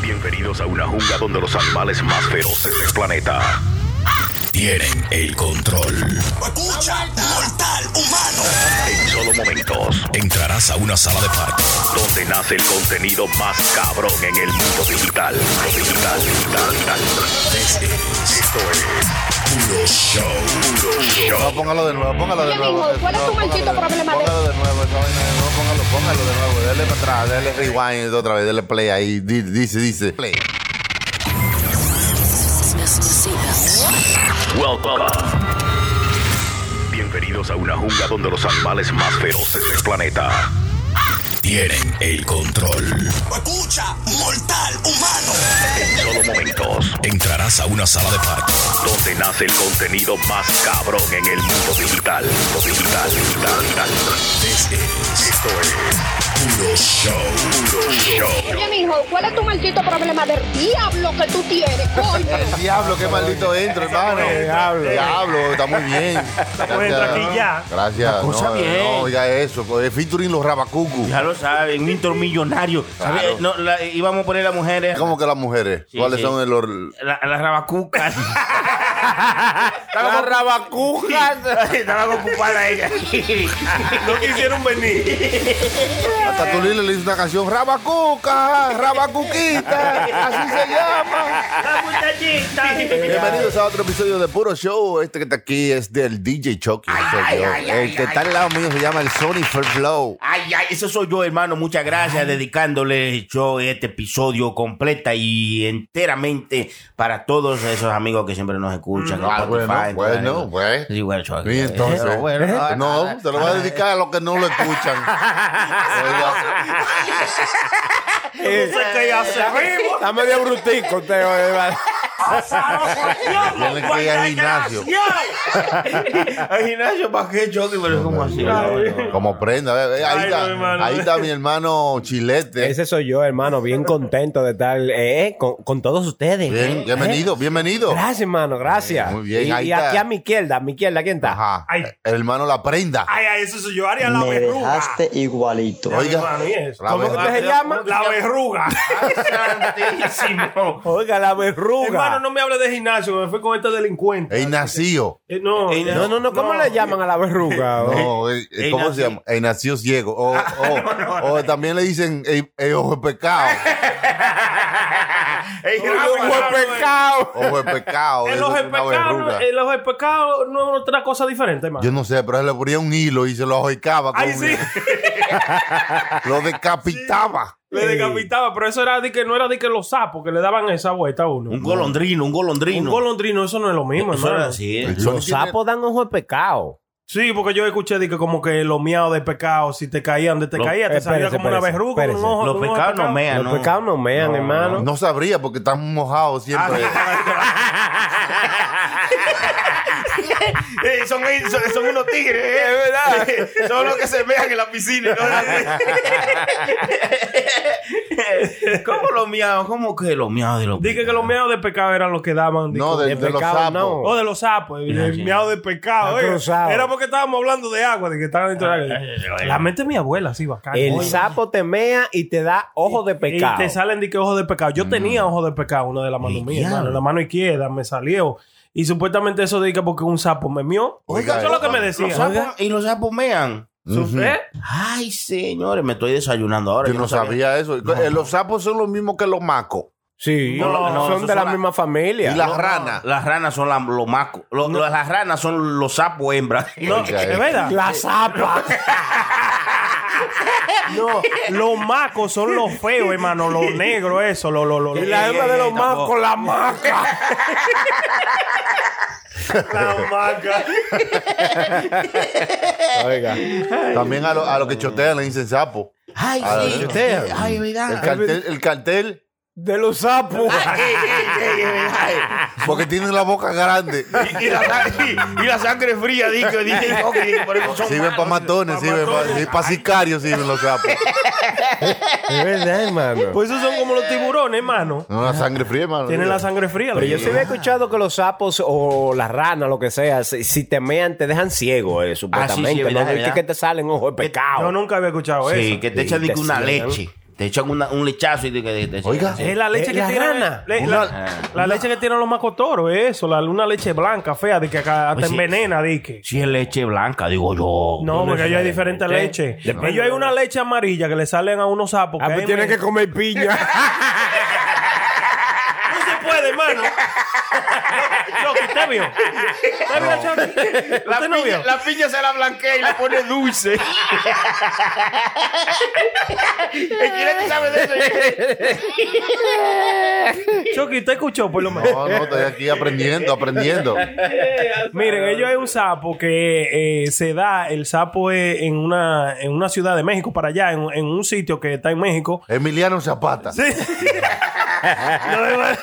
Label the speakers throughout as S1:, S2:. S1: Bienvenidos a una jungla donde los animales más feroces del planeta tienen el control.
S2: Escucha, mortal, humano.
S1: En solo momentos entrarás a una sala de parto donde nace el contenido más cabrón en el mundo digital. Digital, digital, digital. Este es- Esto es Puro Show. Puro
S3: No,
S1: Show.
S3: póngalo de nuevo, póngalo de
S4: Oye,
S3: nuevo.
S4: mijo, ¿cuál es
S3: No,
S4: tu maldito
S3: póngalo de-
S4: problema de-
S3: Póngalo de nuevo, esa vaina de nuevo, póngalo, póngalo de nuevo. Dele para atrás, dele rewind otra vez, dele play ahí. Di- Dice, dice. Play.
S1: Welcome. Bienvenidos a una jungla donde los animales más feroces del planeta tienen el control.
S2: Escucha, mortal, humano.
S1: En solo momentos entrarás a una sala de parto donde nace el contenido más cabrón en el mundo digital. Mundo Digital, digital, digital. Este es- Esto es Puro Show. Puro Show.
S4: Oye, mijo, ¿cuál es tu maldito problema del diablo que tú tienes, coño?
S3: El diablo, qué maldito entro, hermano.
S5: Diablo.
S3: Diablo, está muy bien.
S5: dentro aquí ya.
S3: Gracias.
S5: La cosa
S3: no,
S5: bien.
S3: no, oiga eso, pues, es featuring los rabacucu.
S5: Ya lo saben, un intermillonario. ¿Sabe?
S3: Claro.
S5: No, la- íbamos a poner a las mujeres,
S3: ¿Cómo que las mujeres?
S5: Sí,
S3: ¿Cuáles
S5: sí.
S3: son el or-
S5: la- a las rabacucas.
S6: Las rabacujas
S5: Estaban ocupadas ellas.
S6: no quisieron venir.
S3: Hasta tú le hizo una canción, Rabacuca, Rabacuquita, así se llama. Bienvenidos a otro episodio de Puro Show. Este que está aquí es del DJ Chucky. soy yo. el que está al lado mío se llama el Sony Fair Flow.
S5: Ay, ay, eso soy yo, hermano. Muchas gracias dedicándole yo este episodio completa y enteramente para todos esos amigos que siempre nos escuchan. en
S3: Ah,
S5: Spotify,
S3: bueno,
S5: en todas
S3: bueno,
S5: las-
S3: bueno.
S5: Sí, bueno, yo-
S3: Y entonces,
S5: Pero bueno, ah,
S3: no, se lo voy a dedicar a los que no lo escuchan. Oiga,
S6: Está medio brutico usted, oye, vale.
S3: tienen que ir al gimnasio
S5: Ay, Ignacio, ¿para qué choque? Pero ¿cómo así?
S3: como prenda. ve, ve, Ahí
S6: Ay, no,
S3: está,
S6: hermano.
S3: ahí está mi hermano Chilete.
S7: Ese soy yo, hermano, bien contento de estar eh, con, con todos ustedes.
S3: Bien,
S7: eh,
S3: bienvenido,
S7: eh.
S3: bienvenido.
S7: Gracias, hermano, gracias.
S3: Muy bien,
S7: y,
S3: ahí
S7: y
S3: está.
S7: aquí a mi izquierda, a mi izquierda, ¿quién está?
S3: Ajá.
S6: Ay.
S3: El hermano La Prenda.
S6: Ay, ay, eso soy yo, Aria, la
S8: Me
S6: verruga.
S8: dejaste igualito.
S3: Oiga,
S6: Hermano, ¿y eso?
S3: la
S7: ¿Cómo que
S3: verdad-
S7: usted se llama?
S6: La verruga.
S5: Santísimo.
S7: Oiga, la verruga.
S6: Hermano, no me hable de gimnasio, me fui con este delincuente.
S3: Ignacio.
S6: Eh, no, eh,
S7: no, no, no, ¿cómo le llaman a la verruga?
S3: No, eh, eh,
S5: Ey,
S3: ¿cómo
S5: nació-
S3: se llama? Ignacio Ciego. O,
S6: Ah,
S3: o- o también le dicen ey, ey, ojo de pecado.
S5: Ey,
S6: No,
S5: Rafa,
S6: no, no,
S5: Rafa,
S6: no,
S5: pecado.
S3: Ojo de pecado.
S6: El
S3: eso
S6: ojo
S3: es
S6: de
S3: una
S6: pecado,
S3: verruga.
S6: el ojo de pecado no es otra cosa diferente, hermano.
S3: Yo no sé, pero él le ponía un hilo y se lo ahorcaba. con
S6: Ay,
S3: un-
S6: sí,
S3: Lo decapitaba.
S6: le decapitaba, pero eso era de que no era de que los sapos que le daban esa vuelta a uno.
S5: Un golondrino, un
S6: Un
S5: golondrino.
S6: golondrino, eso no es lo mismo,
S5: Eso
S6: hermano.
S5: era así. ¿eh?
S3: El Sony
S7: Los
S3: tiene-
S7: sapos dan ojo de pecado.
S6: Sí, porque yo escuché de que como que los miados de pecado, si te caían, donde te
S5: Lo-
S6: caía, te
S7: eh,
S6: salía
S7: espérese,
S6: como una
S7: espérese,
S6: verruga, con un
S7: espérese.
S6: ojo.
S5: Los
S6: con un ojo de
S5: pecados no mean,
S7: Los
S5: ¿no?
S7: pecados no mean, hermano.
S3: No sabría porque están mojados siempre.
S6: Ah,
S5: Ey, son, son, son unos tigres, ¿eh? Sí, son los que se vean en la piscina. ¿no? ¿Cómo los miados? ¿Cómo que los miados de los
S6: Dije que los miados de pecado eran los que daban.
S3: No, de,
S7: de
S3: de los
S7: pecado,
S3: sapos.
S7: no.
S6: O de los sapos, el, el
S5: sí.
S6: miado de pecado.
S7: Está
S6: oiga.
S7: cruzado.
S6: Era porque estábamos hablando de agua, de que estaban
S7: Ah,
S6: dentro de
S5: Ay, ay,
S6: la
S5: ay.
S6: La mente de mi abuela, sí, bacán.
S7: eh, El
S6: Oye.
S7: sapo te mea y te da ojo de
S6: Y
S7: pecado. Mm.
S6: te salen de que ojos de pecado. Yo tenía ojos de pecado, uno de la mano mía,
S5: diablo.
S6: hermano. La mano izquierda me salió. Y supuestamente eso de que porque un sapo me mió.
S3: Oiga,
S6: eso es lo que me
S5: Los
S6: decía.
S5: sapos- y los sapos mean.
S3: Ujú.
S6: ¿Eh?
S5: Ay, señores, me estoy desayunando ahora.
S3: Yo no sabía eso. Eh, Los sapos son los mismos que los macos.
S7: Sí,
S5: No, no, no,
S7: son
S5: eso
S7: de la
S5: son la-
S7: misma familia.
S3: Y las ranas.
S5: Las ranas son la- los macos. Lo- lo- Las ranas son los sapos hembras.
S6: No,
S3: Oiga,
S6: es
S3: eh.
S6: verdad.
S7: La zapa.
S6: No, los macos son los feos, hermano. Los negros, eso. Los, los, los,
S7: Y la hembra de los
S5: Tampoco.
S7: macos, la maca. Oiga.
S3: También a los a los que chotean le dicen sapo.
S5: Ay,
S3: Ah,
S5: sí.
S3: usted.
S5: Ay, verdad.
S6: Ah.
S3: El cartel, el cartel
S7: De los sapos.
S3: porque tienen la boca grande.
S5: y, la, sang- y la sangre fría, dije, dije, ok, por eso son
S3: Sirven para
S5: malos.
S3: matones, sirven para sicarios, sirven los sapos.
S7: Es verdad, hermano.
S6: Pues esos son como los tiburones, hermano.
S3: No, la sangre fría, hermano.
S6: Tienen la sangre fría.
S7: Pero yo
S6: los
S7: sí había escuchado que los sapos o las ranas, lo que sea, si, si te mean, te dejan ciego, eh,
S5: Ah, sí, sí,
S7: supuestamente.
S5: es verdad,
S7: ¿no?
S5: es
S7: Y que,
S5: verdad.
S7: que te salen ojos de pecado. Ah,
S6: Yo nunca había escuchado
S5: Sí,
S6: eso.
S5: que te
S7: Sí,
S5: echan
S7: te
S5: dije, una
S7: sirven.
S5: leche. Te echan una- un lechazo y te, te- te-
S3: Oiga.
S5: sí.
S6: Es la leche
S7: Eh,
S6: que
S7: la
S6: tiene
S7: rana.
S6: le-
S3: Una-
S6: la, la leche que tienen los macotoros, es eso, la, una leche blanca, fea, de que acá hasta
S5: Pues sí.
S6: envenena, di que.
S5: Si es leche blanca, digo yo.
S6: No, porque
S5: sé.
S6: ellos hay diferentes
S5: Usted-
S6: leches. Ellos hay una leche amarilla que le salen a unos sapos.
S7: Ah, pues
S6: ahí
S7: tiene
S6: me-
S7: que comer piña.
S6: No se puede, hermano. Chucky, ¿usted vio? ¿Usted vio, Chucky? ¿Usted no vio?
S5: la piña se la blanquea y la pone dulce. ¿El que sabe de eso?
S6: Chucky, ¿usted escuchó por lo menos?
S3: No, no, estoy aquí aprendiendo, aprendiendo.
S6: Miren, ellos hay un sapo que eh, se da, el sapo es en una, en una ciudad de México, para allá, en, en un sitio que está en México.
S3: Emiliano Zapata.
S6: No, hermano,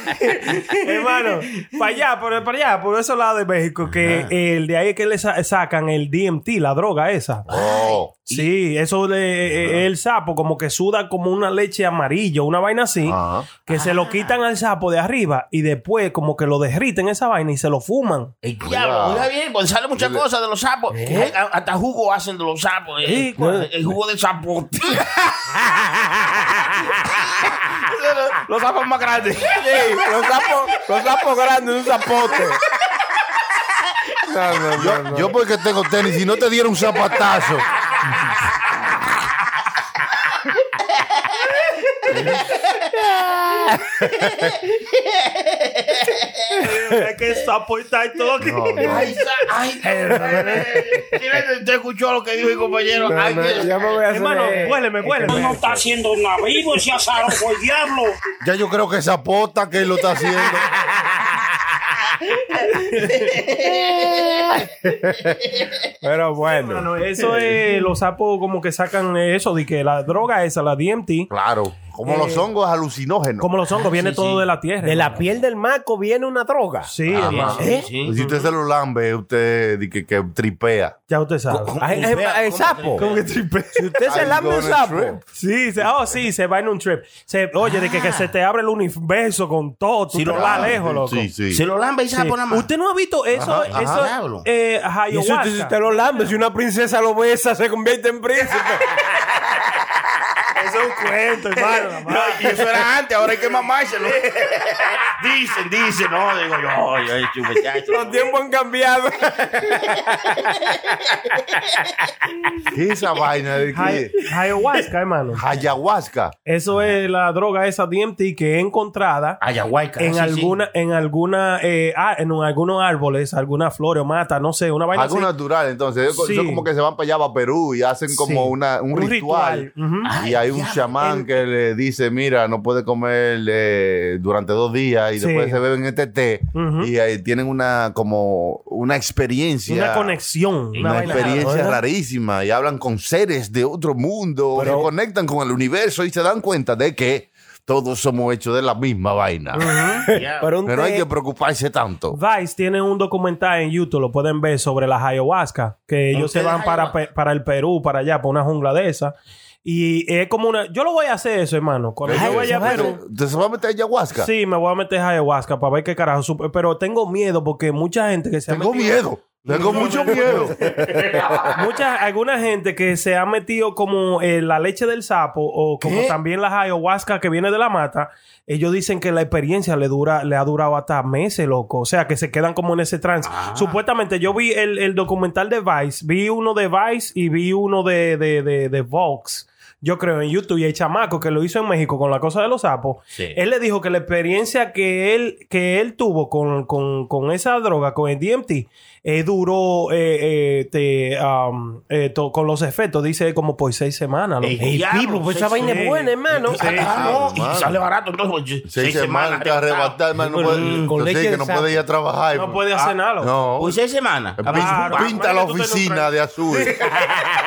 S6: hermano, para allá, por, para allá, por ese lado de México, que el de ahí es que le sa- sacan el DMT, la droga esa.
S3: Oh.
S6: Sí, eso le- eh, el sapo como que suda como una leche amarilla, una vaina así,
S3: Ajá.
S6: que se lo quitan al sapo de arriba y después como que lo derriten esa vaina y se lo fuman.
S5: El diablo,
S3: Cuidado.
S5: oiga bien, cuando sale muchas cosas de los sapos. A- a- Hasta jugo hacen de los sapos. eh.
S6: ¿Eh? Sí, ¿cuál?
S5: el jugo de zapote. los sapos más grandes.
S7: Ey, los sapos, los sapos grandes, un zapote. No, no, no, no.
S3: Yo porque tengo tenis, si no te diera un zapatazo.
S6: que sapo está y todo aquí.
S3: No, no.
S5: Ay, sa- ay, Mira, usted escuchó lo que dijo el compañero.
S7: No,
S5: Ay,
S7: no,
S5: que-
S7: ya me voy a hacer.
S6: Hermano, huéleme, huéleme.
S2: está haciendo nada vivo ese azarojo, el diablo.
S3: Ya yo creo que Zapota que lo está haciendo.
S7: Pero bueno.
S6: Hermano, eso es los sapos como que sacan eso de que la droga esa, la DMT,
S3: Claro, como los
S6: Eh.
S3: hongos alucinógenos.
S6: como los
S5: Ah,
S6: hongos, viene todo de la tierra.
S7: De la
S6: hermano.
S7: piel del maco viene una droga.
S6: Sí,
S5: Ah,
S6: hermano.
S5: sí,
S7: ¿Eh?
S5: sí.
S3: Pues Si usted se lo lambe, usted di que, que tripea.
S6: ya usted sabe.
S5: ¿Cómo?
S7: Ay, ay,
S5: Tripea,
S7: ay,
S5: ¿cómo
S7: sapo.
S5: tripea?
S7: Si usted se
S3: I'm
S7: lame un
S3: gonna
S7: sapo.
S3: trip.
S6: Sí, se, oh, sí, se va en un trip. Se, oye, de que, que se te abre el universo con todo, tú
S5: Sí,
S6: te
S5: lo
S6: vas
S5: hago.
S6: lejos, loco.
S3: Sí, sí.
S5: Se lo lambe y
S6: Sí.
S5: sapo nada más.
S6: Usted no ha visto eso,
S5: Ajá,
S6: eso,
S5: ajá. Diablo.
S6: eh,
S7: Y eso
S6: ayahuasca.
S7: usted, si usted lo lambe, si una princesa lo besa, se convierte en príncipe.
S6: Eso es un cuento, hermano. la madre.
S5: y eso era antes, ahora hay que mamárselo. dicen, dicen, no, digo yo, ay, ay, chu, muchacho.
S7: Los tiempos han cambiado.
S3: ¿Qué es esa vaina de
S6: Ay-
S3: que-
S6: ayahuasca, hermano.
S3: Ayahuasca.
S6: Eso es la droga esa DMT que es encontrada
S3: Ah,
S5: Ayahuasca.
S6: en
S5: sí, sí.
S6: alguna, en alguna, eh, ah, en un- algunos árboles, algunas flores o mata, no sé, una vaina
S3: Algo
S6: así.
S3: natural, entonces. Ellos,
S6: Sí.
S3: ellos como que se van para allá, para Perú, y hacen como
S6: Sí.
S3: una, un, ritual.
S6: Ujú.
S3: Y hay un
S5: diablo.
S3: chamán que le dice, mira, no puede comer eh, durante dos días y
S6: Sí.
S3: después se beben este té.
S6: Ujú.
S3: Y ahí tienen una como una experiencia.
S6: Una conexión.
S3: Una,
S6: vaina
S3: experiencia
S6: rara.
S3: rarísima y hablan con seres de otro mundo,
S7: Pero-
S3: se conectan con el universo y se dan cuenta de que todos somos hechos de la misma vaina.
S7: Pero un
S3: Pero hay
S7: té-
S3: que preocuparse tanto.
S6: Vice tiene un documental en YouTube, lo pueden ver, sobre la ayahuasca, que ellos se
S5: Ustedes
S6: van para,
S5: ayahuasca.
S6: Pe- para el Perú, para allá, para una jungla de esa. Y es como una... Yo lo voy a hacer eso, hermano. Cuando yo
S3: Entonces,
S6: vaya a
S7: se
S6: Perú...
S3: ¿Te se va a meter ayahuasca?
S6: Sí, me voy a meter ayahuasca para ver qué carajo... supe- Pero tengo miedo porque mucha gente que se ha
S3: Tengo
S6: metido-
S3: miedo. Tengo mucho miedo.
S6: Mucha, alguna gente que se ha metido como eh, la leche del sapo o como también la ayahuasca que viene de la mata, ellos dicen que la experiencia le dura, le ha durado hasta meses, loco. O sea, que se quedan como en ese trance.
S3: Ah.
S6: Supuestamente yo vi el, el documental de Vice, vi uno de Vice y vi uno de, de, de, de Vox. Yo creo en YouTube y el chamaco que lo hizo en México con la cosa de los sapos,
S5: Sí.
S6: Eh, él le dijo que la experiencia que él, que él tuvo con, con- con esa droga, con el DMT, eh, duró eh, eh, te, um, eh, to- con los efectos, dice como por seis semanas. loco.
S5: Ey, diablo,
S7: Pipo, pues
S5: sí,
S7: esa vaina
S6: sí.
S7: es buena, hermano.
S5: Ah, no, y
S3: hermano.
S5: sale barato, entonces,
S3: Se dice, hermano, te arrebatar, hermano. No
S7: Con-
S3: puede,
S7: con
S3: entonces,
S7: leche
S3: que
S7: de
S3: no
S7: sapo.
S3: puede ir a trabajar.
S6: no puede ah, hacer nada. loco.
S3: No.
S5: Pues seis semanas.
S3: Pin-
S6: Claro.
S3: Pinta la
S6: Imagínate tú tener
S3: oficina
S6: un
S3: de azul.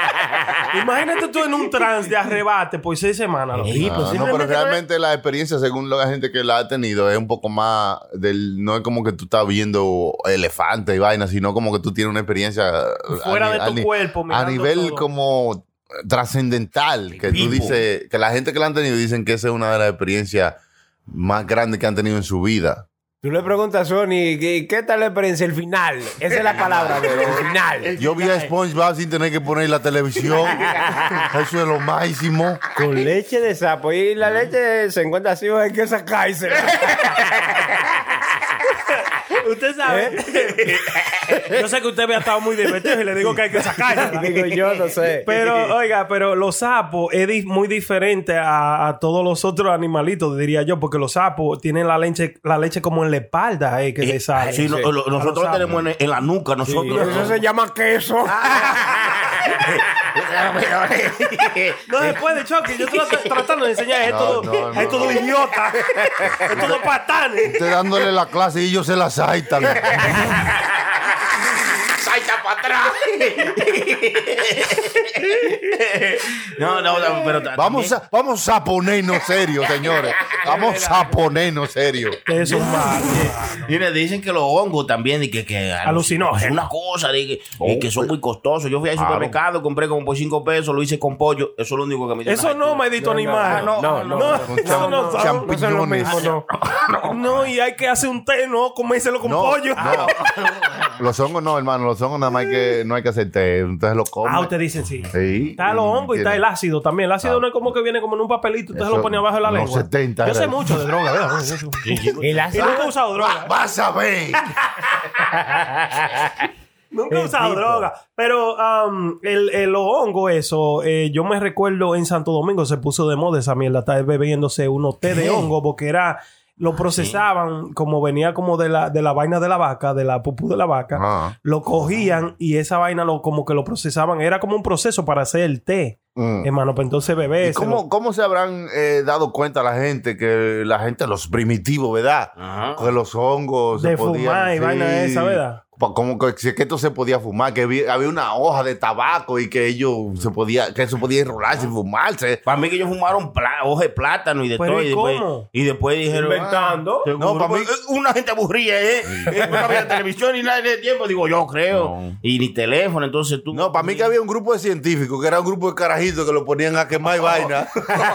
S6: Imagínate tú en un trance de arrebate por seis semanas. loco.
S7: Ey,
S3: Ah,
S7: pues
S3: no, pero
S7: simplemente no es-
S3: realmente la experiencia, según la gente que la ha tenido, es un poco más del. No es como que tú estás viendo elefantes y vainas, sino como que tú tienes una experiencia.
S6: Fuera
S3: ni-
S6: de tu
S3: ni-
S6: cuerpo,
S3: A
S6: mirando
S3: nivel
S6: todo.
S3: como trascendental, que tú
S5: Vivo.
S3: dices. Que la gente que la han tenido dicen que esa es una de las experiencias más grandes que han tenido en su vida.
S7: Tú le preguntas a Sony, ¿qué, qué tal la experiencia? El final. Esa es la palabra, pero el final.
S3: Yo vi a SpongeBob sin tener que poner la televisión. Eso es lo máximo.
S7: Con leche de sapo. Y la leche se encuentra así, hay que sacarse.
S6: Usted sabe.
S7: ¿Eh?
S6: yo sé que usted me ha estado muy divertido y le digo que hay que sacarla.
S7: Digo yo, no sé.
S6: Pero, oiga, pero los sapos es di- muy diferente a, a todos los otros animalitos, diría yo, porque los sapos tienen la leche, la leche como en la espalda, eh, que le sale.
S5: Sí, no-
S6: A
S5: lo-
S6: los
S5: nosotros lo
S6: sapos.
S5: tenemos en, en la nuca, nosotros.
S7: Eso se llama queso.
S6: No se puede, Chucky. Yo estoy trat- tratando de enseñar a estos
S3: No,
S6: dos-
S3: no,
S6: a estos
S3: no.
S6: dos idiotas, a estos dos patanes.
S3: Usted dándole la clase y ellos se la saitan.
S5: ¡Salta para atrás! no, no, no, pero. ta-
S3: Vamos a, vamos a ponernos serios, señores. Vamos a ponernos serios.
S6: Eso es malo. eh.
S5: Mira, dicen que los hongos también, y que, que
S6: Alucinógenos.
S5: es Una cosa, de que, y que son muy costosos. Yo fui al supermercado, compré como por 5 pesos, lo hice con pollo. Eso es lo único que me dio
S6: Eso
S5: una
S6: no,
S5: jaqueca.
S6: maldito animal.
S7: no, no, no, no,
S3: Con
S6: eso
S3: cham-
S6: no, sabe.
S3: champiñones.
S7: no, no, no.
S6: No, y hay que hacer un té, no comérselo con
S3: No,
S6: pollo. Ah,
S3: no. Los hongos no, hermano. Los hongos nada más hay que, no hay que hacer té. Entonces los comen.
S6: Ah, usted dice sí.
S3: Sí. Ah.
S6: Está los hongos y está el ácido también. El ácido no es como que viene como en un papelito, usted se lo
S3: Eso,
S6: pone abajo de la
S3: los
S6: lengua.
S3: 70
S6: Yo sé
S3: era.
S6: mucho de droga, ¿verdad?
S7: El
S6: Y
S7: ácido. Ah,
S6: nunca he usado droga.
S3: Vas a ver.
S6: Nunca he
S7: El
S6: usado
S7: tipo.
S6: droga. Pero am, el, el- los hongos, eso, eh, yo me recuerdo en Santo Domingo se puso de moda esa mierda, estar bebiéndose unos té de hongo porque era.
S7: Ah,
S6: Lo procesaban como venía como de la, de la vaina de la vaca, de la pupú de la vaca.
S3: Ah.
S6: Lo cogían y esa vaina lo, como que lo procesaban. Era como un proceso para hacer el té,
S3: Mm.
S6: hermano. Pues entonces bebé.
S3: ¿Y cómo, cómo se habrán eh, dado cuenta la gente que la gente, los primitivos, ¿verdad?
S5: Ajá.
S3: Que los hongos
S6: De
S3: se podían,
S6: fumar y vaina esa, ¿verdad?
S3: Pa- Como que, si es que esto se podía fumar, que vi- había una hoja de tabaco y que ellos se podía, que eso podía enrolarse y fumarse.
S5: Para mí que ellos fumaron pla- hojas de plátano y de
S6: Pero,
S5: todo. Y
S6: ¿y
S5: después,
S6: cómo?
S5: y después dijeron...
S7: Inventando.
S5: ah,
S3: No,
S5: seguro,
S3: para
S5: pues,
S3: mí-
S5: eh, Una gente aburrida, ¿eh? Eh, No había televisión ni nada de tiempo. Digo, yo creo.
S3: No.
S5: Y ni teléfono, entonces tú...
S3: No, para mí que había un grupo de científicos, que era un grupo de carajitos que lo ponían a quemar y vaina.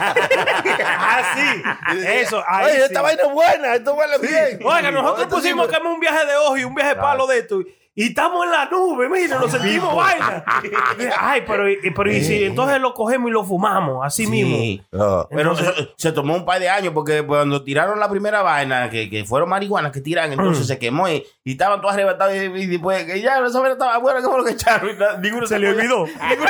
S6: Ah, sí. Eso. ahí
S3: Oye,
S6: sí.
S3: esta vaina es buena, esto huele bien.
S6: Oiga, nosotros
S3: Esto sí
S6: pusimos
S3: me-
S6: que un viaje de ojo y un viaje de palo de esto. y- Y estamos en la nube, mira, nos sentimos vaina. Ay, pero, y- pero y si entonces lo cogemos y lo fumamos, así
S5: Sí.
S6: mismo.
S3: Ah.
S5: Pero
S6: Entonces-
S5: eso se tomó un par de años porque cuando tiraron la primera vaina, que, que fueron marihuanas que tiran, entonces se quemó y, y estaban todos arrebatados y, y después que ya, esa vaina estaba buena, ¿qué fue lo que echaron? Y na- ninguno
S6: Se le
S5: acordaba-
S6: olvidó.
S5: Ninguno-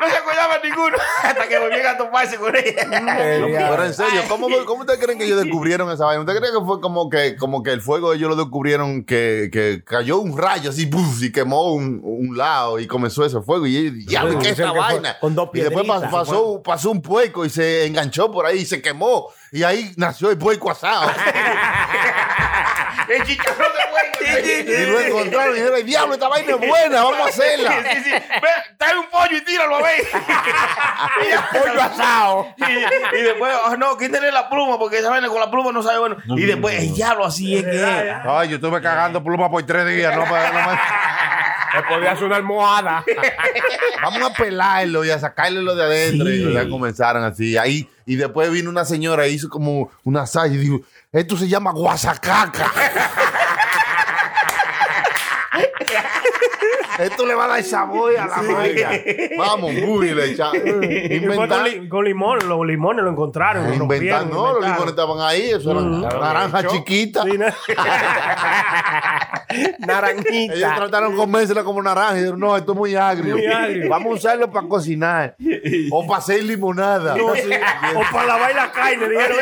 S5: no se acordaba ninguno hasta que volvieron a tomarse con ella.
S3: Pero en serio, ¿cómo, ¿cómo ustedes creen que ellos descubrieron esa vaina? ¿Ustedes creen que fue como que, como que el fuego ellos lo descubrieron que, que cayó un rayo así ¡puf! y quemó un, un lado y comenzó ese fuego? Y ellos, ya,
S7: Sí,
S3: ¿qué es
S7: dicen
S3: esta
S7: que fue
S3: vaina?
S7: con dos
S3: y después pas-
S7: piedritas.
S3: pasó, pasó un puerco y se enganchó por ahí y se quemó. Y ahí nació el puerco asado.
S5: El chicharrón de
S3: y lo encontraron y dijeron, diablo, esta vaina es buena, vamos a hacerla.
S5: Sí, sí. Ve, Trae un pollo y tíralo a ver. pollo asado. Y, y después, oh, no, quítale la pluma porque esa vaina con la pluma no sabe bueno. y después, el diablo, así es que es.
S3: Ay, yo estuve cagando pluma por tres días. No, pa- no más.
S7: Le podía hacer una almohada.
S3: Vamos a pelarlo y a sacarle lo de adentro. Y ya comenzaron así. Ahí, y después vino una señora e hizo como una saya y dijo: Esto se llama guasacaca. Esto le va a dar sabor a la vaina. Vamos, muy le echaron.
S6: Y fue con,
S3: Inventar.
S6: li- con limón, los limones lo encontraron. lo
S3: Inventar,
S6: rompieron,
S3: no, los limones
S6: inventaron.
S3: estaban ahí, eso eran naranjas chiquitas.
S6: Sí,
S3: Ellos
S7: Naranjita.
S3: trataron de comérsela como naranja. Y dijeron, no, esto es muy agrio.
S6: Muy agrio.
S3: Vamos a usarlo para cocinar. O para hacer limonada.
S6: no, sí. O para lavar la carne, dijeron.